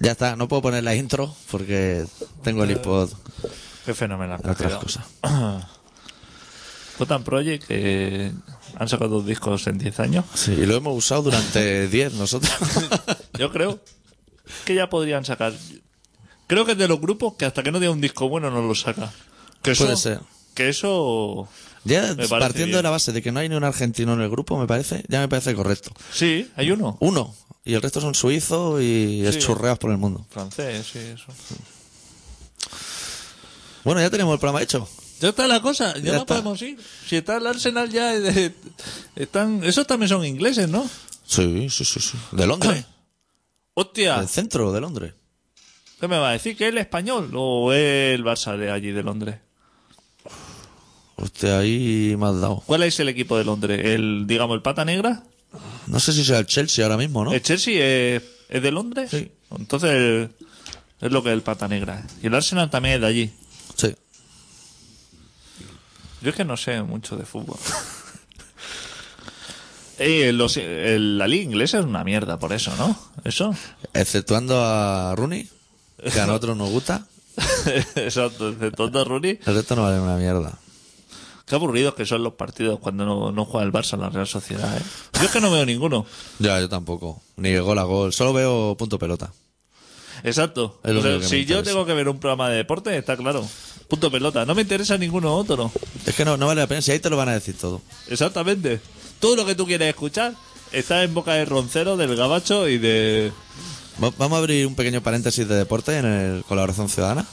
S1: Ya está, no puedo poner la intro porque tengo
S2: Eh,
S1: el iPod
S2: Qué fenomenal.
S1: a otras
S2: partido.
S1: cosas.
S2: Gotham Project, que han sacado dos discos en 10 años.
S1: Sí, y lo hemos usado durante 10 nosotros.
S2: Yo creo que ya podrían sacar. Creo que es de los grupos que hasta que no tiene un disco bueno no lo saca. Que eso,
S1: Puede ser.
S2: Que eso.
S1: Ya
S2: Me parece
S1: partiendo de
S2: bien.
S1: la base de que no hay ni un argentino en el grupo, me parece, ya me parece correcto.
S2: Sí, hay uno.
S1: Uno, y el resto son suizos y churreas por el mundo.
S2: Francés, sí, eso.
S1: Bueno, ya tenemos el programa hecho.
S2: Ya está la cosa, ya,
S1: Ya
S2: no
S1: está.
S2: podemos ir. Si está el Arsenal ya. eh, están, esos también son ingleses, ¿no?
S1: Sí, sí, sí, sí. De Londres,
S2: ¡Hostia!
S1: del centro de Londres.
S2: ¿Qué me va a decir? ¿Que el español o el Barça de allí de Londres?
S1: Usted ahí me has dado.
S2: ¿Cuál es el equipo de Londres? ¿El, digamos, el pata negra?
S1: No sé si sea el Chelsea ahora mismo, ¿no?
S2: ¿El Chelsea es, es de Londres?
S1: Sí.
S2: Entonces, es lo que es el pata negra. Y el Arsenal también es de allí.
S1: Sí.
S2: Yo es que no sé mucho de fútbol. Eh, los- el- la liga inglesa es una mierda por eso, ¿no? Eso.
S1: Exceptuando a Rooney, que a nosotros nos gusta,
S2: Exacto, de tonto Rooney.
S1: el resto no vale una mierda.
S2: Qué aburridos que son los partidos cuando no, no juega el Barça en la Real Sociedad, ¿eh? Yo es que no veo ninguno.
S1: Ya, yo tampoco. Ni gol a gol. Solo veo punto pelota.
S2: Exacto.
S1: Es lo
S2: O sea,
S1: único que me
S2: si yo
S1: interesa.
S2: tengo que ver un programa de deporte, está claro. Punto pelota. No me interesa ninguno otro.
S1: Es que no, no vale la pena. Si ahí te lo van a decir todo.
S2: Exactamente. Todo lo que tú quieres escuchar está en boca de Roncero, del Gabacho y de...
S1: Va- Vamos a abrir un pequeño paréntesis de deporte en el Colaboración Ciudadana.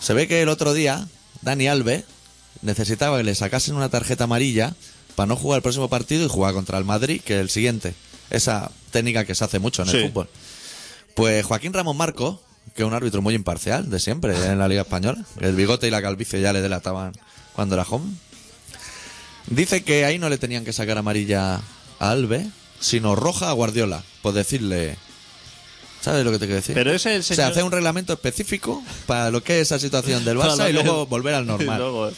S1: Se ve que el otro día Dani Alves necesitaba que le sacasen una tarjeta amarilla para no jugar el próximo partido y jugar contra el Madrid, que es el siguiente. Esa técnica que se hace mucho en
S2: Sí.
S1: el fútbol. Pues Joaquín Ramos Marco, que es un árbitro muy imparcial de siempre en la Liga Española, el bigote y la calvicie ya le delataban cuando era joven, dice que ahí no le tenían que sacar amarilla a Alves, sino roja a Guardiola. pues decirle. ¿Sabes lo que te quiero decir?
S2: Pero ese es
S1: O
S2: el
S1: sea,
S2: señor-
S1: hacer un reglamento específico para lo que es esa situación del Barça
S2: Para
S1: y
S2: lo que-
S1: luego volver al normal.
S2: Luego, eh,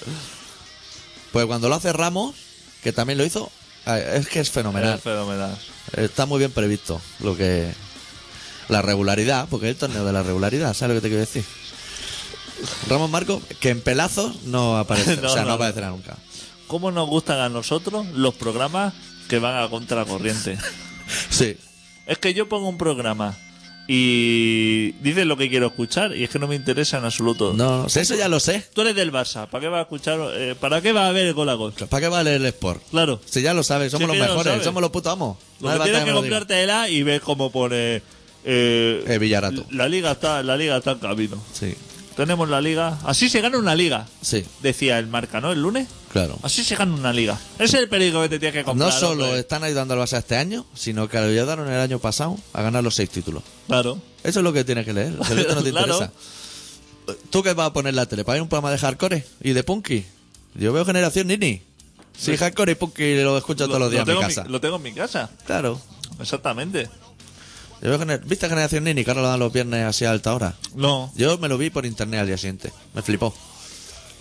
S1: Pues cuando lo hace Ramos, que también lo hizo, eh, es que es fenomenal.
S2: era fenomenal.
S1: Está muy bien previsto lo que. La regularidad, porque es el torneo de la regularidad, ¿sabes lo que te quiero decir? Ramos Marco, que en pelazos no aparece,
S2: No,
S1: o sea, no,
S2: no, no.
S1: aparecerá nunca.
S2: ¿Cómo nos gustan a nosotros los programas que van a contracorriente?
S1: Sí,
S2: es que yo pongo un programa y dices lo que quiero escuchar y es que no me interesa en absoluto.
S1: no, no, sí, eso ya lo sé.
S2: Tú eres del Barça, ¿para qué vas a escuchar? eh, ¿Para qué vas a ver el gol a gol?
S1: ¿Para qué vale el sport?
S2: Claro.
S1: Si ya lo sabes, somos
S2: Sí, que
S1: los
S2: ya lo
S1: mejores,
S2: sabes.
S1: somos los putos amos. No
S2: Lo que
S1: hace falta
S2: tienes
S1: que
S2: que
S1: me lo digas.
S2: comprarte la y ves cómo pone. Eh,
S1: Eh, Villarato.
S2: La liga está, la liga está en camino.
S1: Sí,
S2: Tenemos la liga. Así se gana una liga.
S1: sí,
S2: Decía el marca, ¿no? El lunes.
S1: claro.
S2: Así se gana una liga. Ese es el peligro que te tienes que pues. comprar.
S1: No solo
S2: hombre.
S1: están ayudando al Barça este año, sino que lo ayudaron el año pasado a ganar los seis títulos.
S2: Claro.
S1: Eso es lo que tienes que leer. El resto no te
S2: Claro.
S1: interesa. ¿Tú qué vas a poner en la tele? ¿Para ver un programa de hardcore y de punky? Yo veo Generación Nini. Sí, hardcore y punky lo escucho todos los días en
S2: tengo
S1: mi
S2: en
S1: casa.
S2: lo tengo en mi casa.
S1: Claro.
S2: Exactamente.
S1: Yo veo gener- ¿Viste Generación Nini? Que ahora lo dan los viernes así a alta hora.
S2: No.
S1: Yo me lo vi por internet al día siguiente. Me flipó.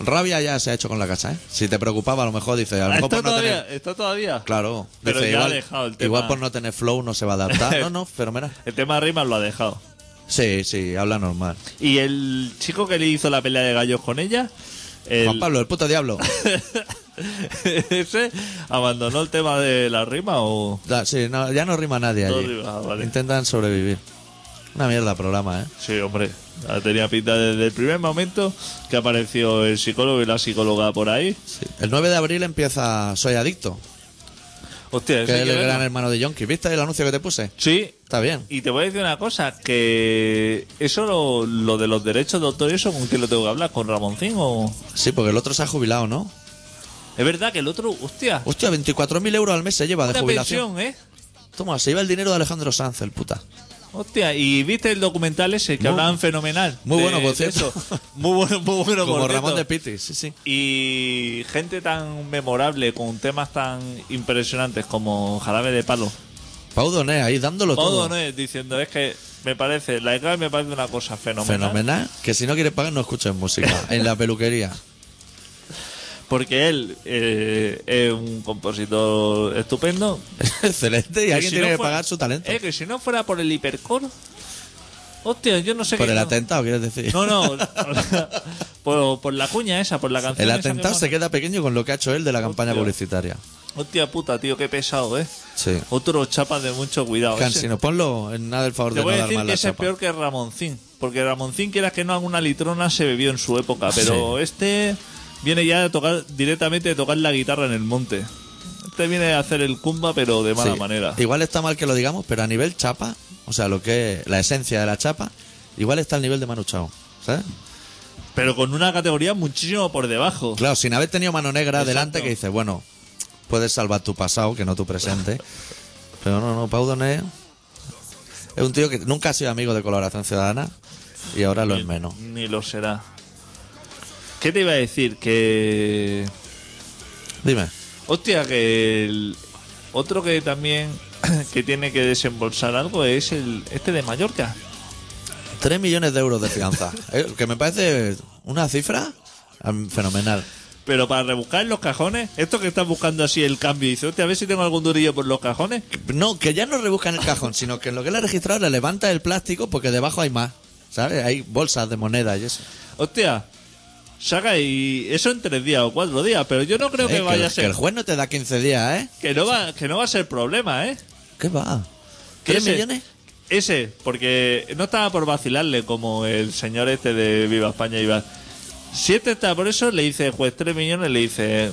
S1: Rabia ya se ha hecho con la casa, ¿eh? Si te preocupaba, a lo mejor dices, a lo mejor
S2: Está
S1: por no
S2: Ah, todavía.
S1: tener.
S2: Está todavía.
S1: Claro,
S2: Pero
S1: dice,
S2: ya ha
S1: igual,
S2: dejado el tema.
S1: igual por no tener flow no se va a adaptar. No, no, fenomenal.
S2: El tema Rimas lo ha dejado.
S1: Sí, sí, habla normal.
S2: Y el chico que le hizo la pelea de gallos con ella. el-
S1: Juan Pablo, el puto diablo.
S2: ese abandonó el tema de la rima o.
S1: Da- sí, no, ya no rima nadie
S2: No
S1: allí.
S2: rima, vale.
S1: Intentan sobrevivir. Una mierda programa, ¿eh?
S2: Sí, hombre. Ya Tenía pinta desde el primer momento que apareció el psicólogo y la psicóloga por ahí.
S1: Sí. El 9 de abril empieza Soy Adicto,
S2: Hostia,
S1: que
S2: ese hay
S1: es
S2: que
S1: el
S2: verlo.
S1: gran hermano de Yonki. ¿Viste el anuncio que te puse?
S2: Sí.
S1: Está bien.
S2: Y te voy a decir una cosa, que eso lo, lo de los derechos de autor y eso, ¿con quién lo tengo que hablar? ¿Con Ramoncín o...?
S1: Sí, porque el otro se ha jubilado, ¿no?
S2: Es verdad que el otro, hostia,
S1: Hostia, 24.000 euros al mes se lleva de
S2: una
S1: jubilación.
S2: pensión, ¿eh?
S1: Toma, se iba el dinero de Alejandro Sanz, el puta.
S2: Hostia, y viste el documental ese que
S1: Muy-
S2: hablaban fenomenal.
S1: muy
S2: de-
S1: bueno, por
S2: de
S1: cierto.
S2: eso. Muy bueno, muy bueno,
S1: Como
S2: por
S1: Ramón
S2: cierto.
S1: de Piti, sí, sí.
S2: Y gente tan memorable, con temas tan impresionantes como Jarabe de Palo.
S1: Pau Doné ahí dándolo
S2: Todo
S1: todo.
S2: no es diciendo, es que me parece, la ECA me parece una cosa fenomenal.
S1: Fenomenal. Que si no quieres pagar, no escuches música. en la peluquería.
S2: Porque él eh, es un compositor estupendo.
S1: Excelente. Y alguien
S2: si
S1: tiene
S2: no
S1: que
S2: fuera-
S1: pagar su talento.
S2: Eh, que si no fuera por el hipercoro. Hostia, yo no sé
S1: Por
S2: qué-
S1: el
S2: no-
S1: atentado, quieres decir.
S2: No, no. o sea, por, por la cuña esa, por la canción.
S1: El
S2: esa que
S1: atentado
S2: pone.
S1: se queda pequeño con lo que ha hecho él de la campaña
S2: Hostia.
S1: publicitaria.
S2: Hostia puta, tío, qué pesado, eh.
S1: Sí.
S2: Otro chapa de mucho cuidado. ese.
S1: Cansino, ponlo en nada del favor de
S2: Te
S1: no
S2: voy a
S1: dar
S2: decir
S1: mal
S2: que
S1: la
S2: ese es
S1: chapa.
S2: peor que Ramoncín. Porque Ramoncín, quieras que no, alguna litrona se bebió en su época. Pero este viene ya a tocar directamente a tocar la guitarra en el monte. Este viene a hacer el cumba, pero de mala
S1: Sí.
S2: manera.
S1: Igual está mal que lo digamos, pero a nivel chapa, o sea, lo que es la esencia de la chapa, igual está al nivel de Manu Chao. ¿Sabes?
S2: Pero con una categoría muchísimo por debajo.
S1: Claro, sin haber tenido mano negra
S2: Exacto.
S1: delante que dice, bueno, puedes salvar tu pasado, que no tu presente. Pero no, no, Pau Donés es un tío que nunca ha sido amigo de Colaboración Ciudadana y ahora lo es menos.
S2: Ni lo será. ¿Qué te iba a decir? Que.
S1: Dime.
S2: Hostia, que el otro que también que tiene que desembolsar algo es el este de Mallorca.
S1: 3 millones de euros de fianza. Eh, que me parece una cifra mm, fenomenal.
S2: Pero para rebuscar en los cajones, esto que están buscando así el cambio, dice, hostia, a ver si tengo algún durillo por los cajones.
S1: No, que ya no rebuscan el cajón, sino que en lo que le ha registrado le levanta el plástico porque debajo hay más. ¿Sabes? Hay bolsas de moneda y eso.
S2: Hostia, saca y eso en tres días o cuatro días, pero yo no creo
S1: Eh,
S2: que vaya
S1: el-
S2: a
S1: que
S2: ser.
S1: el juez no te da 15 días, ¿eh?
S2: Que no va, que no va a ser problema, ¿eh?
S1: ¿Qué va?
S2: Que
S1: ¿Tres
S2: ese-
S1: millones?
S2: Ese, porque no estaba por vacilarle como el señor este de Viva España iba. Si este está por eso, le dice juez 3 millones, le dice,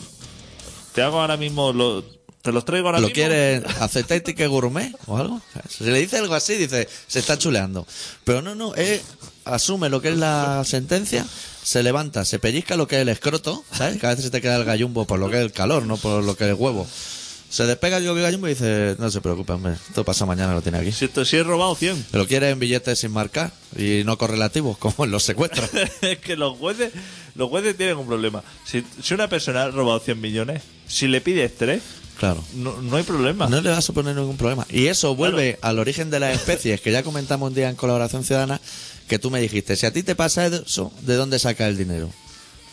S2: te hago ahora mismo, lo- te los traigo ahora
S1: ¿Lo
S2: mismo.
S1: quiere aceite tique gourmet o algo? Si le dice algo así, dice, se está chuleando. Pero no, no, él asume lo que es la sentencia, se levanta, se pellizca lo que es el escroto, ¿sabes? Que a veces se te queda el gallumbo por lo que es el calor, no por lo que es el huevo. Se despega yo el gallumbo y dice, no se preocupe, hombre, esto pasa mañana, lo tiene aquí.
S2: Si esto si he robado 100.
S1: Lo quiere en billetes sin marcar y no correlativos, como en los secuestros.
S2: es que los jueces, los jueces tienen un problema. Si, si una persona ha robado 100 millones, Si le pides tres,
S1: Claro.
S2: no, no hay problema.
S1: No le va a suponer ningún problema. Y eso vuelve al origen de las especies, que ya comentamos un día en Colaboración Ciudadana, que tú me dijiste, si a ti te pasa eso, ¿de dónde saca el dinero?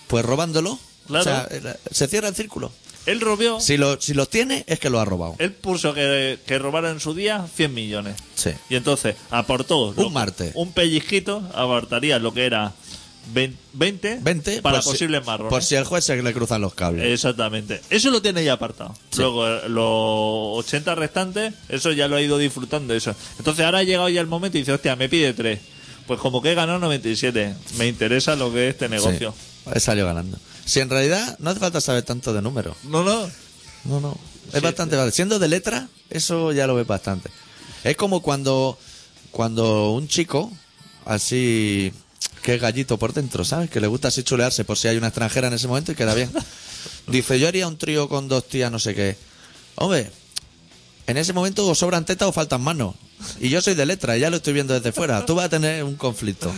S1: Pues robándolo.
S2: Claro.
S1: O sea, eh, se cierra el círculo.
S2: Él robió,
S1: Si, lo, si los tiene, es que lo ha robado.
S2: él puso que, que robaron en su día 100 millones.
S1: Sí.
S2: Y entonces aportó. lo-
S1: martes.
S2: Un pellizquito aportaría lo que era vein- 20,
S1: 20
S2: para
S1: por si-
S2: posibles marrones.
S1: Por si el juez se le cruzan los cables.
S2: Exactamente. Eso lo tiene ya apartado. Luego, eh, los 80 restantes, eso ya lo ha ido disfrutando. eso Entonces, ahora ha llegado ya el momento y dice, hostia, me pide 3. Pues como que he ganado 97. Me interesa lo que es este
S1: Sí.
S2: negocio.
S1: Ahí salió ganando. Si en realidad no hace falta saber tanto de números.
S2: No, no.
S1: No, no. Es
S2: Sí,
S1: bastante vale. Siendo de letra, eso ya lo ves bastante. Es como cuando, cuando un chico, así, que es gallito por dentro, ¿sabes? Que le gusta así chulearse por si hay una extranjera en ese momento y queda bien. Dice, yo haría un trío con dos tías, no sé qué. Hombre, en ese momento o sobran tetas o faltan manos. Y yo soy de letra, y ya lo estoy viendo desde fuera. Tú vas a tener un conflicto.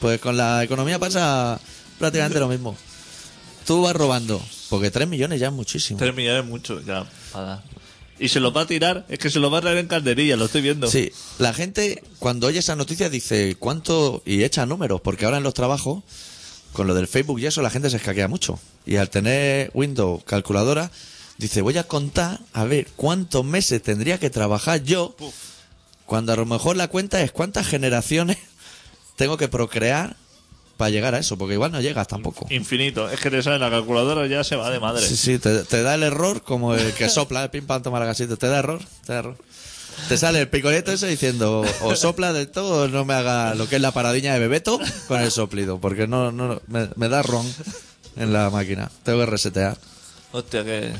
S1: Pues con la economía pasa prácticamente lo mismo. Tú vas robando, porque tres millones ya es muchísimo.
S2: 3 millones es mucho. Ya, para. Y se lo va a tirar. Es que se lo va a traer en calderilla, lo estoy viendo.
S1: Sí, la gente cuando oye esa noticia dice cuánto y echa números, porque ahora en los trabajos, con lo del Facebook y eso, la gente se escaquea mucho. Y al tener Windows calculadora, dice voy a contar a ver cuántos meses tendría que trabajar yo, cuando a lo mejor la cuenta es cuántas generaciones tengo que procrear para llegar a eso, porque igual no llegas tampoco.
S2: Infinito. Es que te sale la calculadora ya se va de madre.
S1: Sí, sí, te, te da el error como el que sopla, el pim pam toma la casita, te da error, te da error. Te sale el picoleto ese diciendo, o sopla del todo, o no me haga lo que es la paradiña de Bebeto con el soplido, porque no, no me, me da ron en la máquina. Tengo que resetear.
S2: Hostia, que.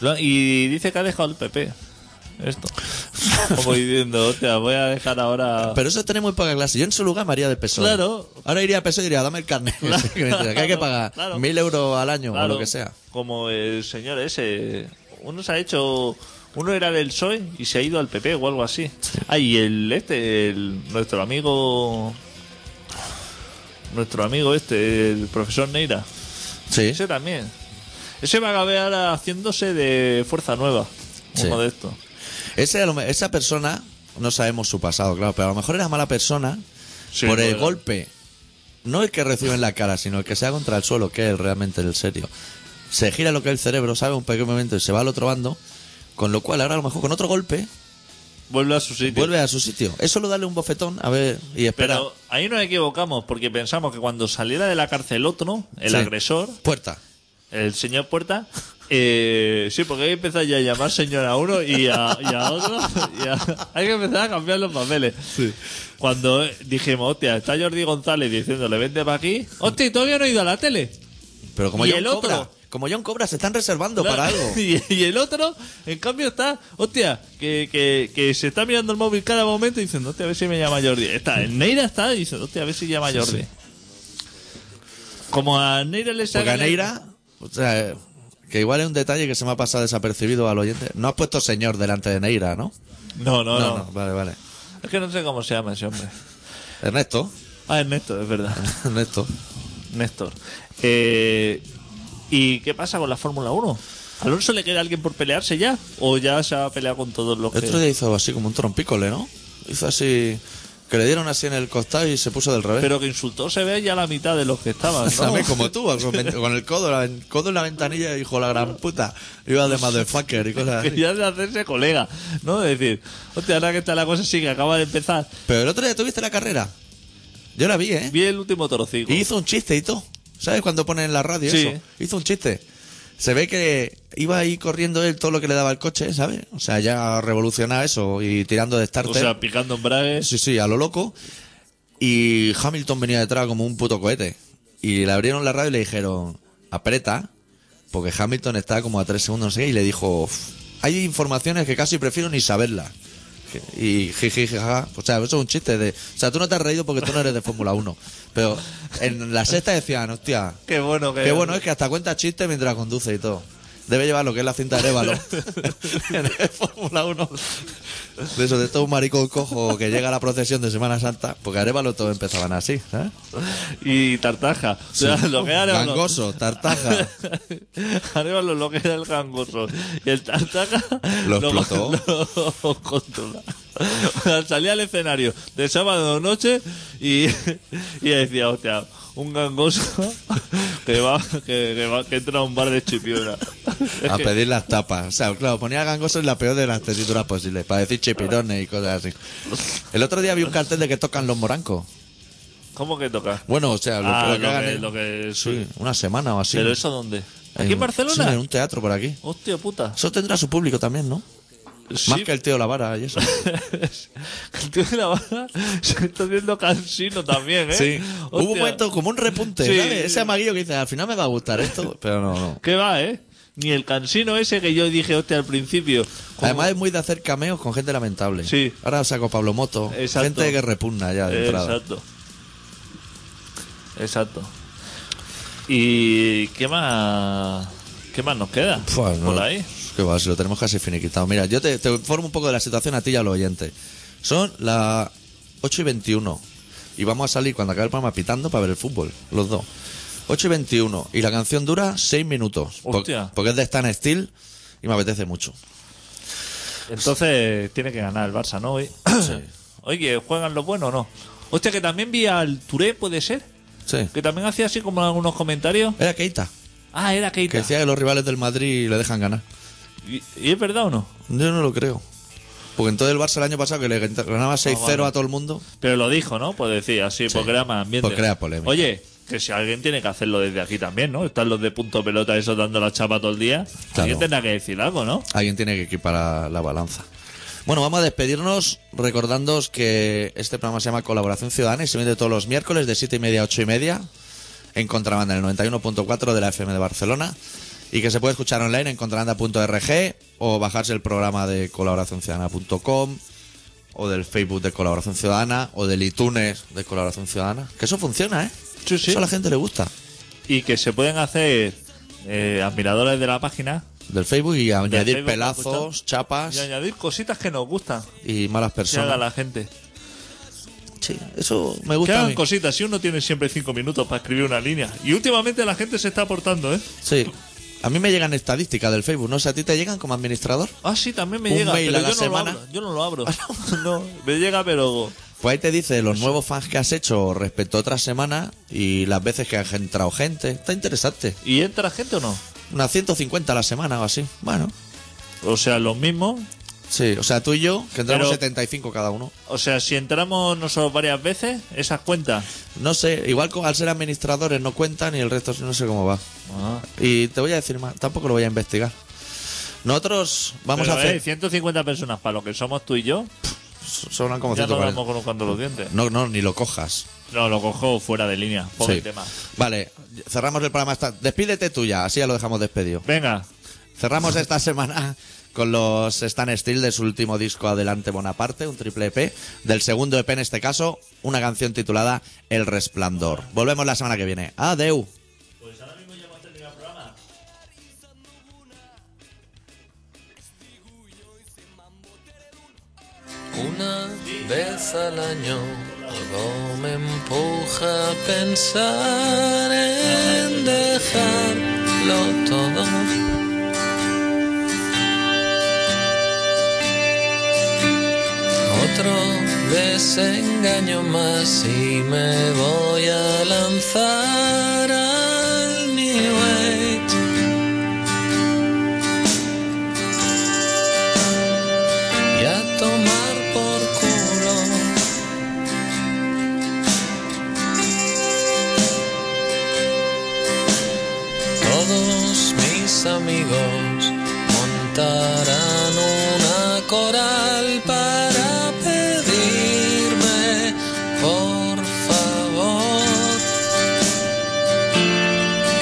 S2: Lo- Y dice que ha dejado el PP. Esto. Como diciendo, hostia, voy a dejar ahora.
S1: Pero eso tiene muy poca clase. Yo en su lugar me haría de peso.
S2: Claro.
S1: Ahora iría a peso y diría, dame el carnet. que, me interesa, que hay que pagar
S2: Claro.
S1: mil euros al año o
S2: Claro,
S1: lo que sea.
S2: Como el señor ese. Uno se ha hecho. Uno era del PSOE y se ha ido al PP o algo así. Ah, y el este, el- nuestro amigo. Nuestro amigo este, el profesor Neira.
S1: Sí.
S2: Ese también. Ese va a acabar haciéndose de Fuerza Nueva.
S1: Sí.
S2: Uno de estos.
S1: Ese, a lo me- esa persona, no sabemos su pasado, claro, pero a lo mejor era mala persona
S2: Sí,
S1: por el
S2: puede.
S1: golpe. No el que recibe en la cara, sino el que se da contra el suelo, que es realmente el serio. Se gira lo que es el cerebro, sabe un pequeño momento y se va al otro bando. Con lo cual, ahora a lo mejor con otro golpe,
S2: Vuelve a su sitio.
S1: vuelve a su sitio. Eso lo dale un bofetón, a ver, y espera.
S2: Pero ahí nos equivocamos porque pensamos que cuando saliera de la cárcel otro, el
S1: Sí.
S2: agresor,
S1: Puerta.
S2: el señor Puerta, eh, sí, porque hay que empezar ya a llamar señor a uno y a, y a otro. y a- hay que empezar a cambiar los papeles. Cuando eh, dijimos, hostia, está Jordi González diciéndole, vente para aquí. Hostia, y todavía no he ido a la tele.
S1: Pero como
S2: ¿Y
S1: John
S2: el otro?
S1: Cobra, como John Cobra, se están reservando
S2: Claro.
S1: para algo.
S2: Y, y el otro, en cambio, está, hostia, que, que, que se está mirando el móvil cada momento y diciendo, hostia, a ver si me llama Jordi. Está, en Neira está y dice, hostia, a ver si llama Jordi. Como a Neira le
S1: Porque
S2: saca.
S1: a Neira, Pues o sea, eh, que igual es un detalle que se me ha pasado desapercibido al oyente. No has puesto señor delante de Neira, ¿no?
S2: No, no, no,
S1: No, no, vale, vale.
S2: Es que no sé cómo se llama ese hombre.
S1: Ernesto,
S2: Ah, es Néstor, es verdad.
S1: Ernesto.
S2: Néstor. Eh, ¿Y qué pasa con la Fórmula 1? ¿A ¿Alonso le queda alguien por pelearse ya? ¿O ya se ha peleado con todos los
S1: El
S2: que-
S1: otro día hizo así como un trompícole, ¿no? Hizo así, que le dieron así en el costado y se puso del revés.
S2: Pero que insultó se ve ya la mitad de los que estaban. ¿no?
S1: También como tú, con, ven- con el codo, la ven- codo en la ventanilla, hijo de la gran puta. Iba de motherfucker y cosas así.
S2: ya de hacerse colega, ¿no? De decir, hostia, ahora que está la cosa sí que acaba de empezar.
S1: Pero el otro día tuviste la carrera. Yo la vi, ¿eh?
S2: Vi el último torcico.
S1: Y hizo un chiste y todo. ¿Sabes cuando ponen en la radio
S2: Sí.
S1: eso? Hizo un chiste. Se ve que iba ahí corriendo él todo lo que le daba el coche, ¿sabes? O sea, ya revolucionaba eso y tirando de starter.
S2: O sea, picando embragues.
S1: Sí, sí, a lo loco. Y Hamilton venía detrás como un puto cohete. Y le abrieron la radio y le dijeron, aprieta, porque Hamilton está como a tres segundos, no sé qué, y le dijo, "Uf, hay informaciones que casi prefiero ni saberlas. Que- Y jiji, jaja. O sea, eso es un chiste de... O sea, tú no te has reído porque tú no eres de Fórmula 1. Pero en la sexta decían, hostia,
S2: Qué bueno que
S1: qué bueno es que hasta cuenta chistes mientras conduce y todo. Debe llevar lo que es la cinta de Révalo. en el Fórmula 1. De Pues eso, de esto un maricón cojo que llega a la procesión de Semana Santa, porque Arevalo todos empezaban así, ¿eh? ¿sabes?
S2: Y Tartaja. O sea, lo que era Arevalo-
S1: Gangoso, tartaja.
S2: Ah. Arevalo lo que era el gangoso. Y el Tartaja
S1: Lo explotó.
S2: lo controla. O sea, salía al escenario de sábado noche y, y decía, hostia, un gangoso que va, que, que va- que entra a un bar de chipiona. Es
S1: A
S2: que-
S1: pedir las tapas. O sea, claro, ponía gangoso en la peor de las tesituras posibles, para decir chipirones y cosas así. El otro día vi un cartel de que tocan los morancos.
S2: ¿Cómo que toca?
S1: Bueno, o sea, lo,
S2: Ah,
S1: lo
S2: lo
S1: que hagan
S2: que-
S1: en-
S2: lo que-
S1: sí, una semana o así.
S2: ¿Pero eso dónde? ¿Aquí en
S1: sí, en
S2: Barcelona?
S1: un teatro por aquí.
S2: Hostia puta.
S1: Eso tendrá su público también, ¿no? Más
S2: Sí,
S1: que el tío La Vara y eso.
S2: el tío de la barra se está haciendo cansino también, ¿eh?
S1: Sí. Hubo un
S2: Hostia.
S1: momento como un repunte.
S2: Sí.
S1: ¿vale? Ese amaguillo que dice, "Ah, al final me va a gustar esto, pero no, no.
S2: ¿Qué va, eh? Ni el cansino ese que yo dije, hostia, al principio. como-
S1: Además es muy de hacer cameos con gente lamentable.
S2: Sí.
S1: Ahora saco Pablo Moto.
S2: Exacto.
S1: Gente que repugna ya de entrada.
S2: Eh, Exacto. Exacto. ¿Y qué más? ¿Qué más nos queda?
S1: Pua, Pues no.
S2: Por ahí.
S1: Qué va, si lo tenemos casi finiquitado. Mira, yo te, te informo un poco de la situación a ti y a los oyentes. Son las 8 y 21. Y vamos a salir cuando acabe el programa pitando para ver el fútbol, los dos. 8 y 21. Y la canción dura 6 minutos. Por-
S2: Hostia.
S1: porque es de Stan Steel y me apetece mucho.
S2: Entonces tiene que ganar el Barça, ¿no? Hoy. Oye, ¿juegan los buenos o no? Hostia, que también vi al Touré, ¿puede ser?
S1: Sí.
S2: Que también hacía así como algunos comentarios.
S1: Era Keita,
S2: Ah, era
S1: que
S2: Keita.
S1: decía que los rivales del Madrid le dejan ganar.
S2: ¿Y, y es verdad o no?
S1: Yo no lo creo. Porque entonces el Barça el año pasado que le ganaba
S2: Ah,
S1: 6-0 a todo el mundo.
S2: Pero lo dijo, ¿no? Pues decía, sí, porque era más ambiente.
S1: Pues crea polémica.
S2: Oye, que si alguien tiene que hacerlo desde aquí también, ¿no? Están los de punto pelota eso dando la chapa todo el día.
S1: Claro.
S2: Alguien tendrá que decir algo, ¿no?
S1: Alguien tiene que equipar la balanza. Bueno, vamos a despedirnos recordándoos que este programa se llama Colaboración Ciudadana y se emite todos los miércoles de 7 y media a 8 y media en Contrabanda, en el 91.4 de la FM de Barcelona y que se puede escuchar online en contrabanda.org o bajarse el programa de colaboracionciudadana.com o del Facebook de Colaboración Ciudadana o del iTunes de Colaboración Ciudadana. Que eso funciona, ¿eh?
S2: Sí, sí.
S1: Eso a la gente le gusta.
S2: Y que se pueden hacer eh, admiradores de la página
S1: Del Facebook y añadir
S2: Facebook, ¿me
S1: pelazos,
S2: gusta?
S1: chapas
S2: y añadir cositas que nos gustan.
S1: y malas
S2: Que haga
S1: personas.
S2: la gente.
S1: Sí, eso me
S2: Que
S1: gusta. a
S2: hagan
S1: mí.
S2: cositas. Si uno tiene siempre cinco minutos para escribir una línea. Y últimamente la gente se está aportando, ¿eh?
S1: Sí. A mí me llegan estadísticas del Facebook, ¿no? O sea, ¿a ti te llegan como administrador?
S2: Ah, sí, también me
S1: Un
S2: llega.
S1: mail
S2: pero
S1: a la
S2: yo, no
S1: semana.
S2: Lo abro. yo no lo abro. no, me llega, pero.
S1: Pues ahí te dice los nuevos fans que has hecho respecto a otras semanas y las veces que ha entrado gente. Está interesante.
S2: ¿Y entra gente o no?
S1: Unas 150 a la semana o así. Bueno,
S2: O sea, los mismos.
S1: sí. O sea, tú y yo, que entramos
S2: Pero-
S1: 75 cada uno.
S2: O sea, si entramos nosotros varias veces, esas cuentas.
S1: No sé, igual co- al ser administradores no cuentan y el resto no sé cómo va. Y te voy a decir más, tampoco lo voy a investigar. Nosotros vamos
S2: Pero,
S1: a hacer...
S2: eh, 150 personas para lo que somos tú y yo.
S1: Sobran como
S2: Ya nos
S1: 140.
S2: vamos colocando los dientes.
S1: No, no, ni lo cojas.
S2: No, lo cojo fuera de línea. Pobre
S1: Sí.
S2: tema.
S1: Vale, cerramos el programa. Esta... Despídete tú ya, así ya lo dejamos despedido.
S2: Venga.
S1: Cerramos esta semana con los Stan Steel de su último disco Adelante Bonaparte, un triple EP. Del segundo EP en este caso, una canción titulada El Resplandor. Volvemos la semana que viene. Adeu.
S6: Una vez al año algo me empuja a pensar en dejarlo todo. Otro desengaño más y me voy a lanzar al New Age. y a tomar por culo. Todos mis amigos montarán una coral para pedirme por favor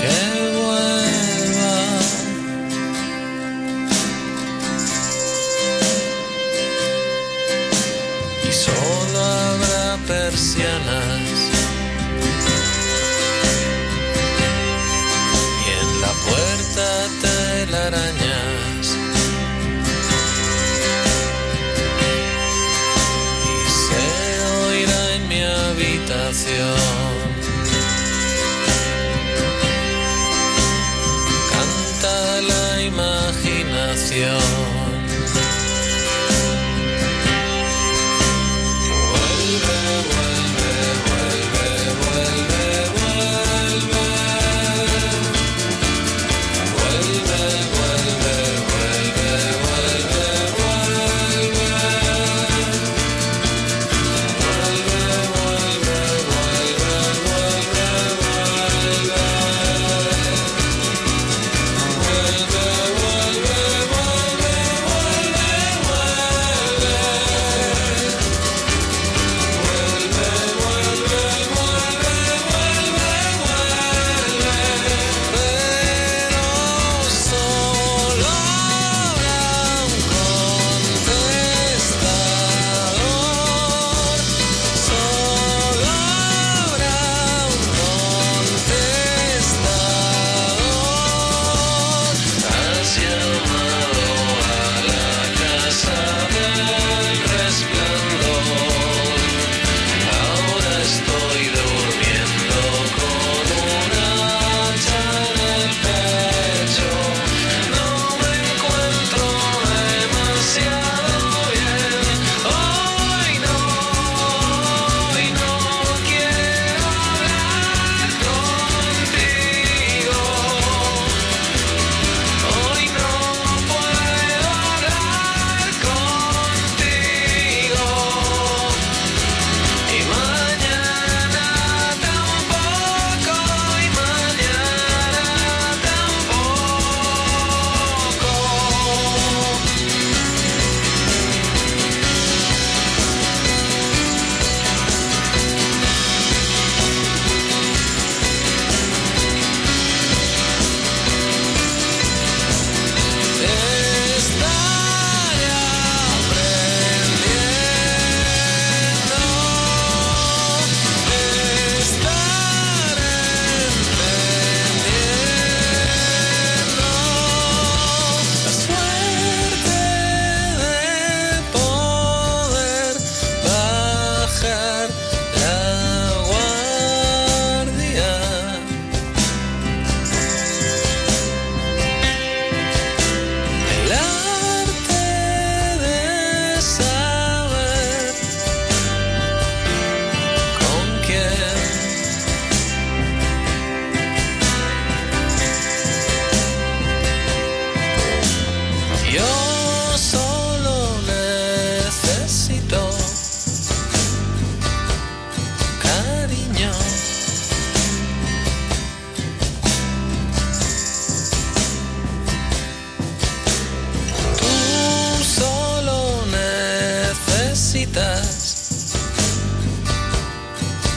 S6: que vuelva. y solo habrá persianas. Y en la puerta telarañas. saber con quién Yo solo necesito cariño. Tú solo necesitas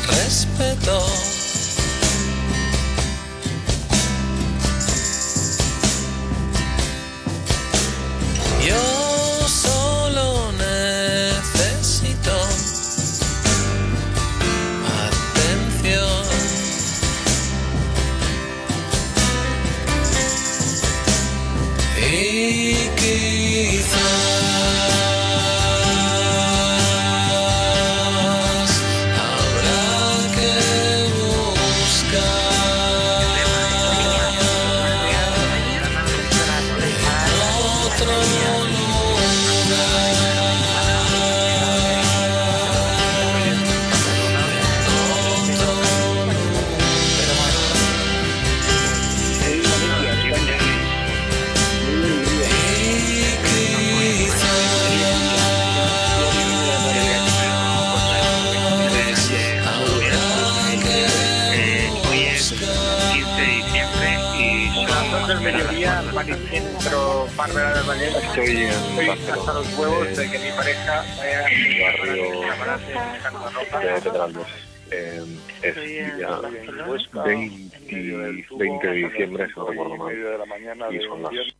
S6: respeto. Yo solo necesito atención. Y quizás habrá que buscar otro
S7: del mediodía, Baricentro, Bárbara del Valle.
S8: Estoy en
S7: Estoy
S8: Barcelona,
S7: hasta los huevos de que mi pareja me haga
S8: el barrio de
S7: Barrio.
S8: Pedralbes. Eh, es día 20, 20 de diciembre, si no recuerdo mal.
S7: de la mañana
S8: Y son las